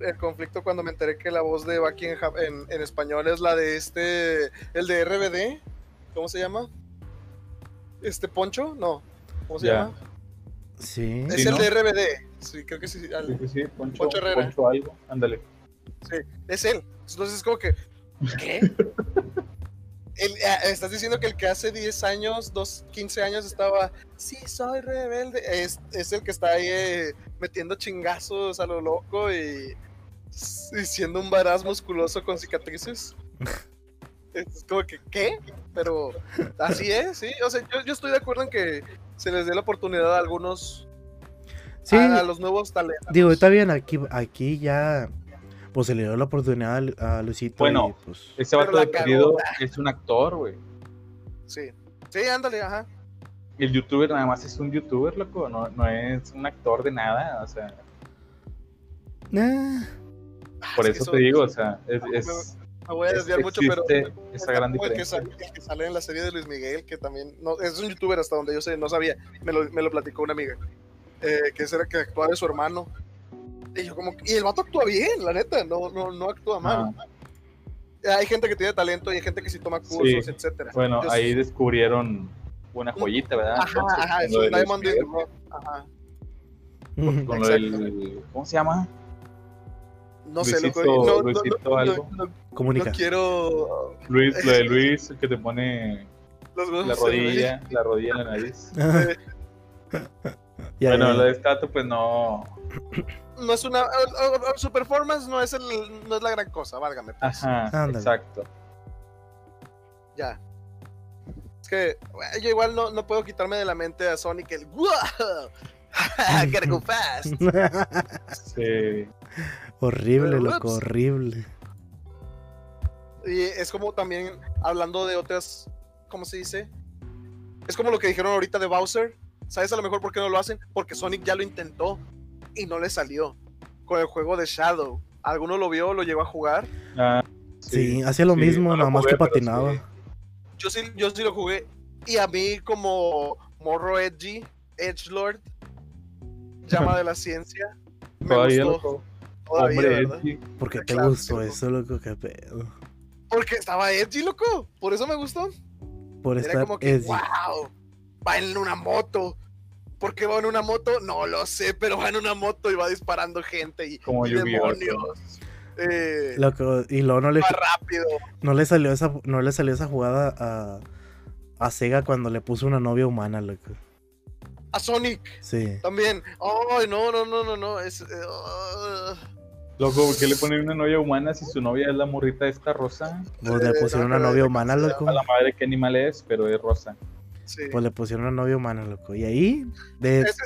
S3: El conflicto cuando me enteré que la voz de Bucky en, ja- en- en español es la de este. El de RBD. ¿Cómo se llama? ¿Este Poncho? No. ¿Cómo se
S2: Ya.
S3: llama?
S1: Sí.
S3: Es
S2: Sí,
S3: el
S2: ¿no?
S3: de RBD. Sí, creo que sí. al-
S2: Sí, sí, sí, Poncho,
S3: Poncho Herrera.
S2: Poncho algo, ándale.
S3: es él. Entonces es como que, ¿qué? El- ah, estás diciendo que el que hace 10 años, dos, 15 años estaba, sí, soy rebelde, es, es el que está ahí eh, metiendo chingazos a lo loco y, y siendo un varaz musculoso con cicatrices. Es como que, ¿qué? Pero así es, sí. O sea, yo, yo estoy de acuerdo en que se les dé la oportunidad a algunos,
S1: Sí.
S3: a, a los nuevos talentos.
S1: Digo, está bien, aquí, aquí ya. Pues se le dio la oportunidad a Lu- a Luisito.
S2: Bueno,
S1: y, pues,
S2: Ese
S3: Pero
S2: vato
S3: la
S2: de
S3: cagó.
S2: perdido es un actor, güey.
S3: Sí, sí, ándale, ajá.
S2: El youtuber nada más es un youtuber, loco, no, no es un actor de nada, o sea,
S1: eh,
S2: por
S3: Ah, es que
S2: eso
S3: eso-
S2: te digo, o sea, es,
S3: Ah,
S2: es-
S3: Me voy a
S2: es-
S3: desviar mucho, pero
S2: existe esa
S3: Está
S2: gran
S3: como el que
S2: diferencia.
S3: sale- el que sale en la serie de Luis Miguel, que también no, es un youtuber hasta donde yo sé, no sabía, me lo, me lo platicó una amiga, eh, que era que actuaba de su hermano. Y yo como, que- y el vato actúa bien, la neta, no, no, no actúa mal.
S2: Ah.
S3: Ah, Hay gente que tiene talento y hay gente que sí toma cursos,
S2: Sí.
S3: etcétera.
S2: Bueno,
S3: Yo-
S2: ahí descubrieron una joyita, ¿verdad?
S3: Ajá,
S2: Entonces,
S3: ajá,
S2: con
S3: es
S2: lo
S3: un
S2: de Luis
S3: Diamond in the
S2: Miguel,
S3: Rough, ajá.
S2: con lo
S3: Exacto.
S2: del- ¿Cómo se llama?
S3: No sé,
S2: Luisito-
S3: loco, no, no, no,
S2: Luisito
S3: no,
S2: algo.
S3: no- no
S1: Comunica.
S3: quiero...
S2: Luis, lo de Luis, el que te pone
S3: Los eh,
S2: La
S3: huesos se ven.
S2: rodilla, la rodilla en la nariz.
S1: Ya,
S2: eh. bueno,
S1: ya,
S2: la
S1: ya.
S2: de Stato, pues no.
S3: No es una. o- o- o Su performance no es, el, no es la gran cosa, válgame. pues,
S2: Ajá,
S1: Ándale.
S2: exacto.
S3: Ya. Es que güey, yo igual no, no puedo quitarme de la mente a Sonic el. "Wow, Gotta go fast.
S2: Sí.
S1: horrible,
S3: Pero,
S1: loco,
S2: pues,
S3: ups.
S1: horrible.
S3: Y es como también hablando de otras, ¿cómo se dice? Es como lo que dijeron ahorita de Bowser. ¿Sabes a lo mejor por qué no lo hacen? Porque Sonic ya lo intentó y no le salió con el juego de Shadow. ¿Alguno lo vio, lo llegó a jugar?
S2: Ah,
S1: Sí, hacía lo mismo,
S2: no lo
S1: nada más
S2: jugué,
S1: que
S2: pero
S1: patinaba.
S2: sí.
S3: Yo sí, yo sí lo jugué y a mí como morro edgy, edgelord, llama de la ciencia, me
S2: Todavía lo
S3: gustó
S2: juego.
S3: todavía,
S2: Hombre,
S3: ¿verdad?
S2: sí.
S1: Porque te
S3: Claro,
S1: gustó
S3: sí,
S1: eso, loco, qué pedo.
S3: Porque estaba edgy, loco, por eso me gustó.
S1: Por
S3: Era
S1: estar
S3: como que,
S1: edgy.
S3: wow, va en una moto. ¿Por qué va en una moto? No lo sé, pero va en una moto y va disparando gente y,
S2: como
S3: y
S2: Yu-Gi-Oh!
S3: demonios. eh,
S1: Loco, y luego no le,
S3: va rápido.
S1: no le salió esa, no le salió esa jugada a, a Sega cuando le puso una novia humana, loco.
S3: A Sonic
S1: Sí.
S3: también. Ay, no, no, no, no, no. Es, eh, ah.
S2: Loco, ¿por qué le ponen una novia humana si su novia es la morrita esta rosa?
S1: Pues le
S3: Eh,
S1: pusieron una
S3: no, pero
S1: novia
S3: de-
S1: humana,
S3: se llama
S1: loco.
S2: A la madre qué animal es, pero es rosa.
S3: sí.
S1: Pues le pusieron una novia humana, loco. Y ahí, de,
S3: Es,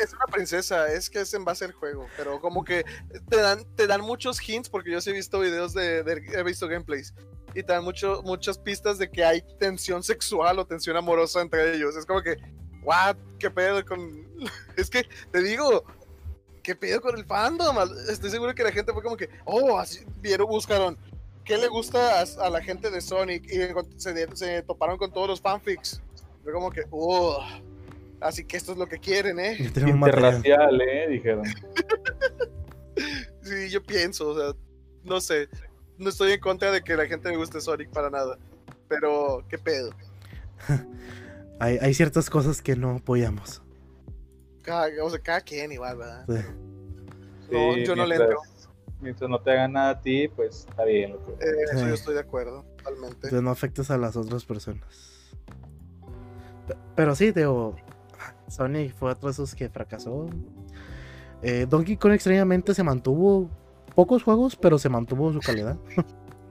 S3: es una princesa, es que es en base al juego, pero como que te dan, te dan muchos hints, porque yo sí he visto videos de, de- he visto gameplays, y te dan mucho, muchas pistas de que hay tensión sexual o tensión amorosa entre ellos. Es como que, what, qué pedo con... Es que, te digo, qué pedo con el fandom. Estoy seguro que la gente fue como que, oh, así vieron, buscaron. ¿Qué le gusta a, a la gente de Sonic? Y encont- se, de- se toparon con todos los fanfics. Fue como que, oh, así que esto es lo que quieren, ¿eh?
S1: ya tenemos material.
S2: Interracial, eh, dijeron.
S3: Sí, yo pienso, o sea, no sé. No estoy en contra de que la gente le guste Sonic para nada. Pero, ¿qué pedo?
S1: Hay, hay ciertas cosas que no apoyamos.
S3: Cada, o sea, cada quien igual, ¿verdad?
S1: Sí.
S3: No,
S2: Sí,
S3: yo no le
S2: mientras-
S3: entro.
S2: Mientras no te hagan nada a ti, pues está bien, loco.
S3: Eh, eso
S1: Sí.
S3: yo estoy de acuerdo, totalmente.
S1: Entonces no afectes a las otras personas. Pe- Pero sí, digo, Sonic fue otro de esos que fracasó. Eh, Donkey Kong extrañamente se mantuvo pocos juegos, pero se mantuvo su calidad.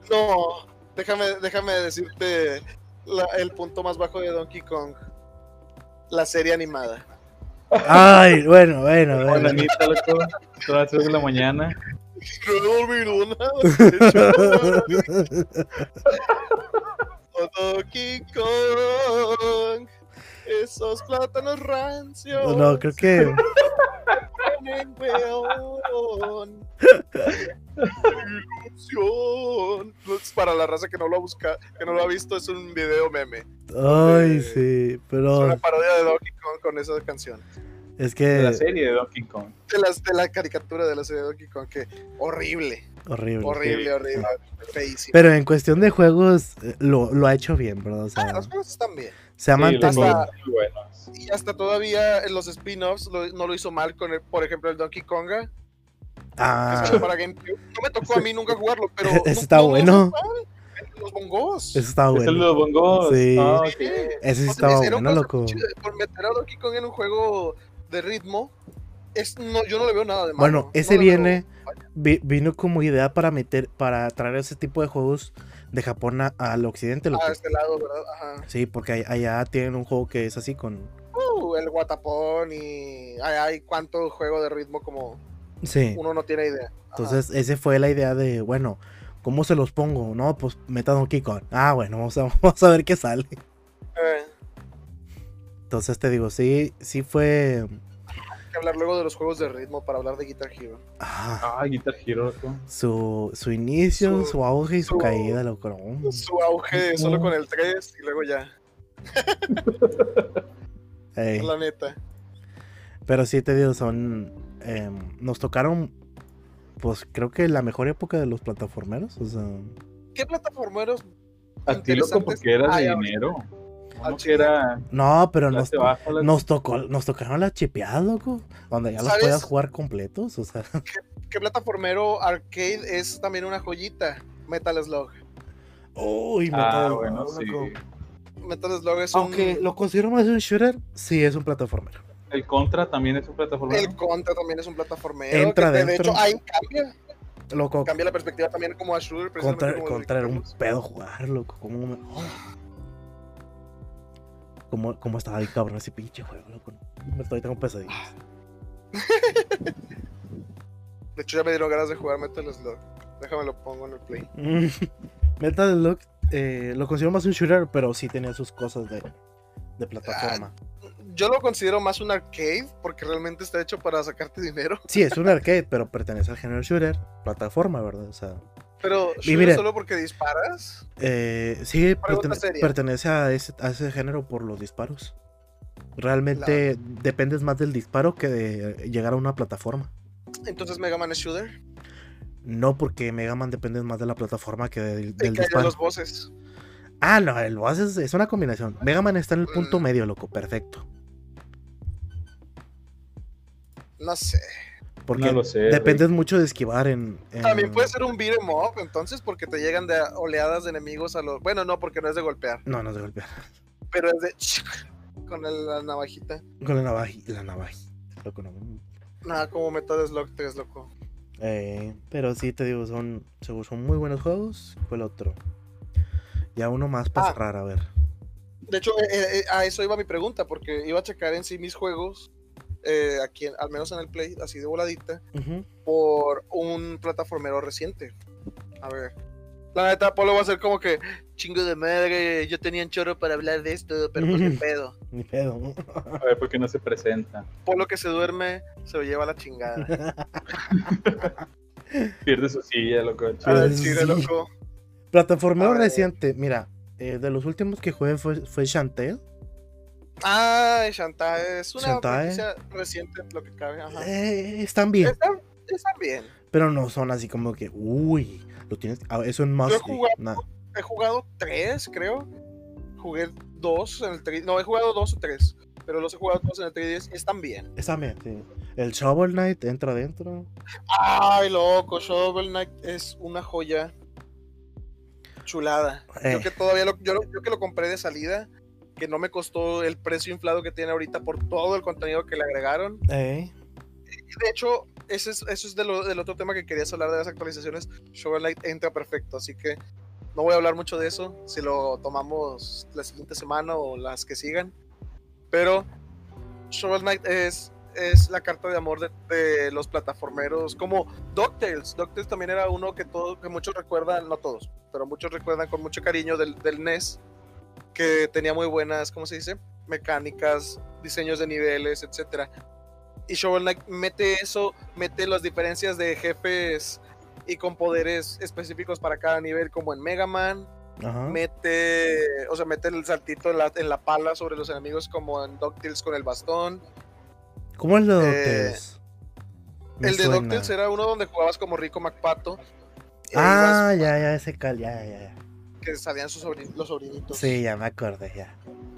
S3: No, déjame, déjame decirte la- el punto más bajo de Donkey Kong. La serie animada.
S1: Ay, bueno, bueno,
S2: Hola,
S1: bueno.
S2: Anita, loco. Son las 3 de la mañana.
S3: No he dormido nada. Donkey Kong. Esos plátanos rancios.
S1: No, creo que
S3: ponen weón. Ilusión. Pues, Para la raza que no lo ha buscado, que no lo ha visto, es un video meme.
S1: Ay, sí,
S3: Es
S1: pero
S3: una parodia de Donkey Kong con esa canción.
S1: es
S2: De la
S1: que
S2: serie de Donkey Kong.
S3: De, las, de la caricatura de la serie de Donkey Kong, que horrible,
S1: horrible.
S3: horrible, horrible, feísimo.
S1: Pero en cuestión de juegos eh, lo, lo ha hecho bien, bro. O sea,
S3: Ah, Los juegos están bien.
S1: se ha
S2: Sí, los
S1: mantenido.
S2: juegos son muy
S1: Ah,
S2: buenos.
S3: Y hasta todavía en los spin-offs lo- no lo hizo mal con, el, por ejemplo, el Donkey Konga, que
S1: Ah,
S3: salió para GameCube. No me tocó a mí nunca jugarlo, pero.
S1: Ese
S3: no-
S1: está
S3: no lo hizo
S1: bueno.
S3: mal. Los bongos.
S1: eso está
S2: Es el de
S1: bueno.
S2: los bongos.
S1: Sí.
S2: Ah, ok.
S3: Sí.
S1: Ese sí
S3: O sea,
S1: estaba
S3: hicieron
S1: bueno,
S3: cosas
S1: loco.
S3: chidas. Por meter a Donkey Kong en un juego de ritmo, es, no, yo no le veo nada de malo.
S1: Bueno,
S3: No
S1: ese
S3: le veo-
S1: viene, vi- vino como idea para meter, para traer ese tipo de juegos de Japón a- al occidente, loco.
S3: A este lado, ¿verdad? Ajá.
S1: Sí, porque ahí- allá tienen un juego que es así con.
S3: Uh, el guatapón y. Ay, ay, cuánto juego de ritmo como
S1: Sí.
S3: uno no tiene idea. Ajá.
S1: Entonces, esa fue la idea de, bueno, ¿cómo se los pongo? No, pues meta Donkey Kong. Ah, bueno, vamos a, vamos a ver qué sale.
S3: Eh,
S1: Entonces te digo, sí, sí fue.
S3: hay que hablar luego de los juegos de ritmo para hablar de Guitar Hero.
S1: ah,
S2: Ah, Guitar Hero, loco.
S1: su, su inicio,
S3: Su-
S1: su auge y su
S3: su-
S1: caída, loco. no.
S3: Su auge solo con el 3 y luego ya,
S1: Ey.
S3: la neta.
S1: Pero sí te digo, son. em, nos tocaron. Pues creo que la mejor época de los plataformeros. O sea.
S3: ¿Qué plataformeros?
S2: A ti, loco,
S3: Interesantes.
S2: porque eras
S3: Ay,
S2: de
S3: ahora-
S2: dinero.
S3: Ah,
S2: Uno que era
S1: No, pero nos,
S2: clase baja, la-
S1: nos tocó, nos tocaron las chipeadas, loco. Donde ya los
S3: ¿Sabes?
S1: podías jugar completos. O sea.
S3: ¿Qué plataformero arcade es también una joyita? Metal Slug.
S1: Uy, me
S2: Ah,
S1: cago,
S2: bueno, sí.
S1: loco.
S3: Metal Slug es
S1: Aunque
S3: un.
S1: lo considero más un shooter, sí es un plataformero.
S2: El Contra también es un plataforma.
S3: El Contra también es un plataformero.
S1: Entra
S3: que de- de
S1: dentro.
S3: hecho, ahí cambia.
S1: Loco,
S3: Cambia la perspectiva también como a Shooter. precisamente
S1: contra,
S3: como
S1: contra era un
S3: dijimos.
S1: pedo jugar, loco. ¿Cómo, me- oh. ¿Cómo, cómo estaba ahí cabrón ese pinche juego, loco? Me estoy tengo pesadillas.
S3: De hecho, ya me dieron ganas de jugar Metal Slug. Déjame lo pongo en el play.
S1: Mm. Metal Slug eh, lo considero más un shooter, pero sí tenía sus cosas de, de plataforma.
S3: Ah. Yo lo considero más un arcade porque realmente está hecho para sacarte dinero.
S1: Sí, es un arcade, pero pertenece al género shooter, plataforma, ¿verdad? O sea,
S3: Pero shooter
S1: miren.
S3: solo porque disparas.
S1: eh, sí,
S3: Pregunta
S1: pertene-
S3: seria.
S1: pertenece a ese, a ese género por los disparos. Realmente dependes más del disparo que de llegar a una plataforma.
S3: Entonces Mega Man es shooter.
S1: No, porque Mega Man depende más de la plataforma que del, del
S3: El que haya
S1: disparo.
S3: los voces.
S1: Ah, no, el boss es, es una combinación. Mega Man está en el punto
S3: Mm.
S1: medio, loco, perfecto.
S3: No sé.
S1: Porque
S2: lo sé,
S1: dependes mucho de esquivar en. en-
S3: También puede ser un beat 'em up, entonces, porque te llegan de oleadas de enemigos a los. Bueno, no, porque no es de golpear,
S1: No, no es de golpear.
S3: pero es de. Con el- la navajita.
S1: Con la navaji. La navaji. Loco, no.
S3: Nada, como Metal Slug 3, loco.
S1: Eh, pero sí te digo, son, seguro son muy buenos juegos. ¿Cuál otro? Ya uno más para
S3: Ah.
S1: cerrar, a ver.
S3: De hecho, eh, eh, eh, a eso iba mi pregunta, porque iba a checar en sí mis juegos, eh, aquí, en- al menos en el Play, así de voladita,
S1: Ujú.
S3: por un plataformero reciente. A ver. La neta, Polo va a ser como que, chingo de madre, yo tenía un chorro para hablar de esto, pero pues qué pedo.
S1: Ni pedo.
S2: A ver por qué no se presenta.
S3: Polo que se duerme, se lo lleva a la chingada.
S2: Pierde su silla, loco. el
S3: A
S2: chile.
S1: Ah,
S3: ver, chile,
S1: sí.
S3: loco.
S1: Plataformero
S3: A ver.
S1: reciente. Mira, eh, de los últimos que jugué fue, fue Shantae.
S3: Ah, Shantae es una
S1: Shantae.
S3: franquicia reciente, lo que cabe. Ajá.
S1: Eh, están bien.
S3: Está, está bien.
S1: Pero no son así como que, uy, lo tienes. ah, Eso en más.
S3: jugado- He jugado tres, creo. Jugué dos en el 3. No, he jugado dos o tres. Pero los he jugado todos en el 3 Están bien.
S1: Está bien, sí. El Shovel Knight entra adentro.
S3: Ay, loco. Shovel Knight es una joya chulada.
S1: Eh.
S3: Yo que todavía lo, yo, lo- yo que lo compré de salida, que no me costó el precio inflado que tiene ahorita por todo el contenido que le agregaron.
S1: Eh,
S3: de hecho, ese es, eso es de lo- del otro tema que querías hablar de las actualizaciones. Shovel Knight entra perfecto, así que no voy a hablar mucho de eso. Si lo tomamos la siguiente semana o las que sigan. Pero Shovel Knight es, es la carta de amor de, de los plataformeros. Como DuckTales. DuckTales también era uno que, todo, que muchos recuerdan, no todos, pero muchos recuerdan con mucho cariño del, del NES. Que tenía muy buenas, ¿cómo se dice? Mecánicas, diseños de niveles, etcétera y Shovel Knight mete eso, mete las diferencias de jefes y con poderes específicos para cada nivel, como en Mega Man,
S1: ajá.
S3: mete, o sea, mete el saltito en la, en la pala sobre los enemigos, como en DuckTales con el bastón.
S1: ¿Cómo es el de
S3: eh,
S1: DuckTales? Me
S3: el de
S1: suena.
S3: DuckTales era uno donde jugabas como Rico MacPato. e
S1: Ah, ya, ya, ese cal, ya, ya, ya.
S3: ibas- que salían sus sobrin- los sobrinitos.
S1: Sí, ya me acordé, ya.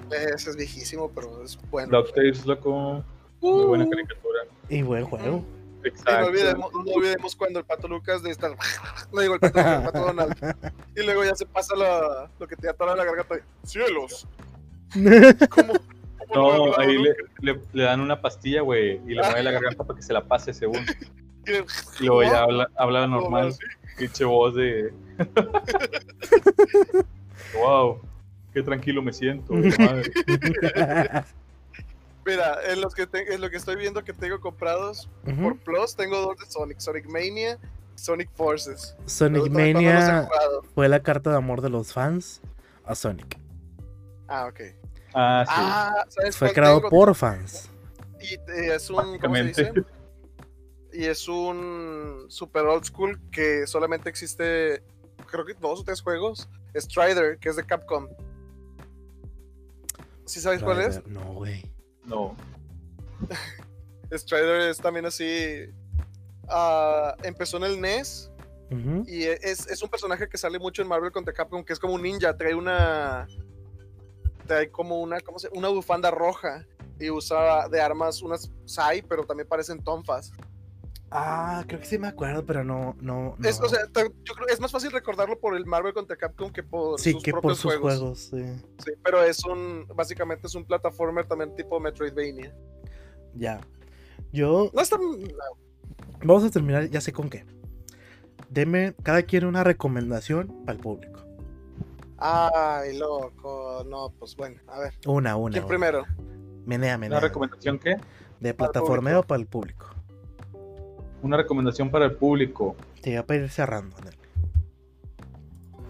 S3: Ese es viejísimo, pero es bueno.
S2: DuckTales, loco.
S3: Uh,
S2: Muy buena caricatura.
S1: Y buen juego.
S3: y no
S2: Exacto.
S3: olvidemos, no olvidemos cuando el pato Lucas de estar. No digo el pato Lucas, el pato Donald. Y luego ya se pasa la- lo que te atora la garganta. ¡Cielos! ¿Cómo? cómo lo
S2: No,
S3: hablaba,
S2: ahí
S3: no?
S2: le, le- le dan una pastilla, güey, y le mueve la garganta para que se la pase según.
S3: Y le-
S2: Y luego ya habla, habla normal.
S3: así.
S2: Pinche voz de. wow, qué tranquilo me siento. güey, madre.
S3: Mira, en los que te- en lo que estoy viendo que tengo comprados por
S1: Ujú.
S3: Plus, tengo dos de Sonic, Sonic Mania, Sonic Forces.
S1: Sonic
S3: Los dos no los he
S1: Mania
S3: jugado.
S1: fue la carta de amor de los fans a Sonic.
S3: Ah, ok.
S2: Ah, sí.
S3: Ah, ¿sabes
S1: Fue
S3: cuál
S1: creado
S3: tengo?
S1: por fans.
S3: Y eh, es un, ¿cómo se dice?
S2: Prácticamente.
S3: Y es un super old school que solamente existe, creo que dos o tres juegos. Strider, que es de Capcom. ¿Sí sabes cuál es?
S1: No, güey.
S2: No.
S3: Strider es también así. ah, empezó en el NES
S1: Ujú.
S3: y es, es un personaje que sale mucho en Marvel contra Capcom, que es como un ninja, trae una. Trae como una, ¿cómo se Una bufanda roja y usa de armas unas Sai, pero también parecen tonfas.
S1: Ah, creo que sí me acuerdo, pero no, no, no.
S3: Es, o sea, ta- yo creo es más fácil recordarlo por el Marvel contra Capcom que por
S1: sí,
S3: sus
S1: que por
S3: propios
S1: sus
S3: juegos.
S1: juegos. sí.
S3: Sí, pero es un, básicamente es un plataformer también tipo Metroidvania.
S1: Ya. Yo,
S3: No está,
S1: vamos a terminar, ya sé con qué. Deme cada quien una recomendación para el público.
S3: ay, loco, no, pues bueno, a ver,
S1: Una, una.
S3: ¿quién
S1: una.
S3: primero?
S1: Menea,
S2: ¿Una
S1: menea.
S2: recomendación qué?
S1: De
S3: público.
S1: plataformeo para el público.
S2: Una recomendación para el público.
S1: Te voy a pedir cerrando, Andel.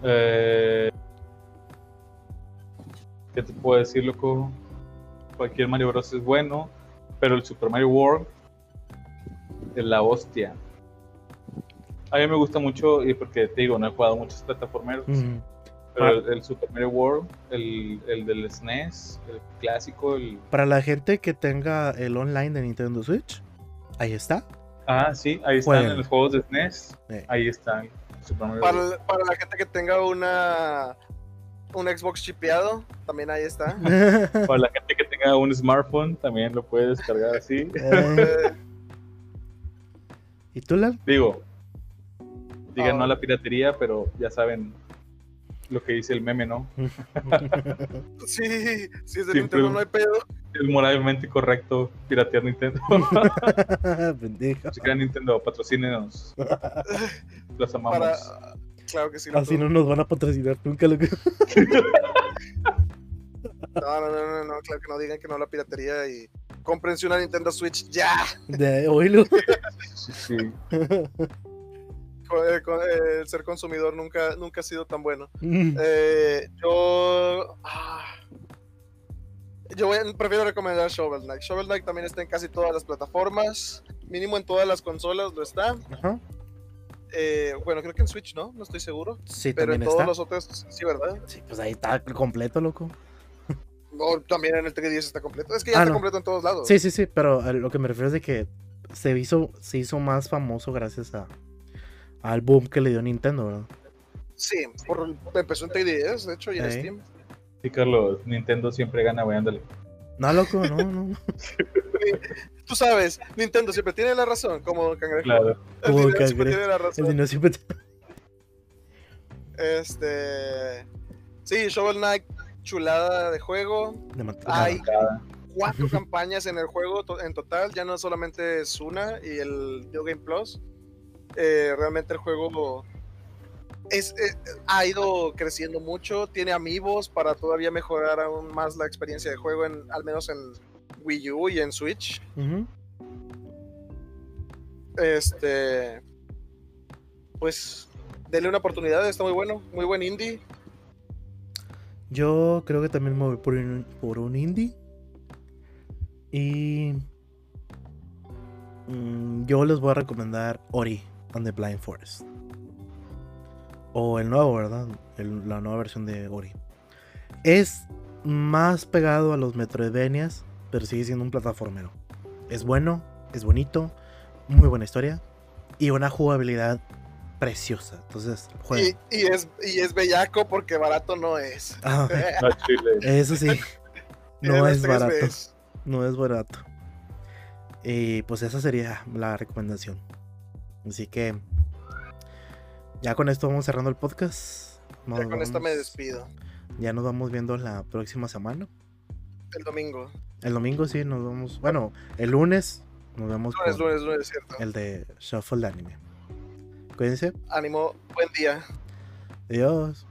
S2: Eh, ¿Qué te puedo decir, loco? Cualquier Mario Bros. es bueno, pero el Super Mario World es la hostia. A mí me gusta mucho, y porque te digo, no he jugado muchos plataformeros,
S1: Ujú. Ah.
S2: pero el, el Super Mario World, el, el del SNES, el clásico, el...
S1: Para la gente que tenga el online de Nintendo Switch, ahí está.
S2: Ah, sí, ahí están
S1: Juegan.
S2: los juegos de SNES,
S1: Eh,
S2: ahí están. Super Mario World.
S3: Para, para la gente que tenga una un Xbox chipeado, también ahí está.
S2: Para la gente que tenga un smartphone, también lo puede descargar así.
S1: Eh,
S3: Eh,
S1: ¿Y tú, Lal?
S2: Digo, digan
S3: Ah.
S2: no a la piratería, pero ya saben lo que dice el meme, ¿no?
S3: sí, sí, es de
S2: Sí,
S3: Nintendo,
S2: pero-
S3: no hay pedo.
S2: Es moralmente correcto piratear Nintendo.
S1: Pendejo.
S2: Si crean Nintendo, patrocínenos. Los amamos.
S3: Para, claro que sí. lo
S1: Así
S3: tuvo.
S1: Ah, no nos van a patrocinar nunca. Lo que...
S3: No, no, no, no, no, claro que no digan que no a la piratería y cómprense una Nintendo Switch ya.
S1: De oílo.
S2: Sí, sí.
S3: Co- eh, co- eh, El ser consumidor nunca, nunca ha sido tan bueno.
S1: Mm.
S3: Eh, yo. ah, yo voy- prefiero recomendar Shovel Knight. Shovel Knight también está en casi todas las plataformas, mínimo en todas las consolas lo está.
S1: Ajá.
S3: Eh, bueno, creo que en Switch no, no estoy seguro.
S1: Sí,
S3: Pero en
S1: también
S3: todos
S1: está.
S3: los otros, sí, ¿verdad?
S1: Sí, pues ahí está completo, loco.
S3: No, también en el 3DS está completo. Es que ya
S1: Ah,
S3: está
S1: no.
S3: completo en todos lados.
S1: Sí, sí, sí, pero a lo que me refiero es de que se hizo, se hizo más famoso gracias a al boom que le dio Nintendo, ¿verdad?
S3: Sí, por- empezó en 3DS, de hecho, y en
S1: Ey.
S3: Steam.
S2: Sí, Carlos, Nintendo siempre gana, güey, ándale.
S1: No, loco, no, no.
S3: Tú sabes, Nintendo siempre tiene la razón, como Don Cangrejo.
S2: Claro.
S3: El
S1: Como Don
S3: dinero siempre
S1: Cangrejo.
S3: tiene la
S1: El
S3: razón.
S1: dinero siempre te-
S3: Este. Sí, Shovel Knight, chulada de juego.
S1: de mantener.
S3: Hay
S2: Cada-
S3: cuatro campañas en el juego to- en total, ya no solamente es una y el New Game Plus. Eh, realmente el juego es, eh, ha ido creciendo mucho, tiene amigos para todavía mejorar aún más la experiencia de juego, en, al menos en Wii U y en Switch.
S1: Ujú.
S3: Este. Pues. Denle una oportunidad, está muy bueno, muy buen indie.
S1: Yo creo que también me voy por un, por un indie. Y. mm, yo les voy a recomendar Ori on the Blind Forest. O el nuevo, ¿verdad? El- la nueva versión de Ori. Es más pegado a los Metroidvanias, pero sigue siendo un plataformero. Es bueno, es bonito, muy buena historia y una jugabilidad preciosa. Entonces, jueguen.
S3: Y, y es, y es bellaco porque barato no es.
S1: Ah,
S2: No, chile.
S1: Eso sí.
S3: Tiene
S1: No
S3: las
S1: es
S3: tres
S1: barato.
S3: Bs.
S1: No es barato. Y pues esa sería la recomendación. Así que. Ya con esto vamos cerrando el podcast. Nos
S3: Ya con esta me
S1: vamos-
S3: despido.
S1: Ya nos vamos viendo la próxima semana.
S3: El domingo.
S1: El domingo sí, nos vamos. Bueno, el lunes nos vemos
S3: Lunes,
S1: con
S3: lunes, lunes, cierto.
S1: el de Shuffle de Anime. Cuídense.
S3: Ánimo, buen día.
S1: Adiós.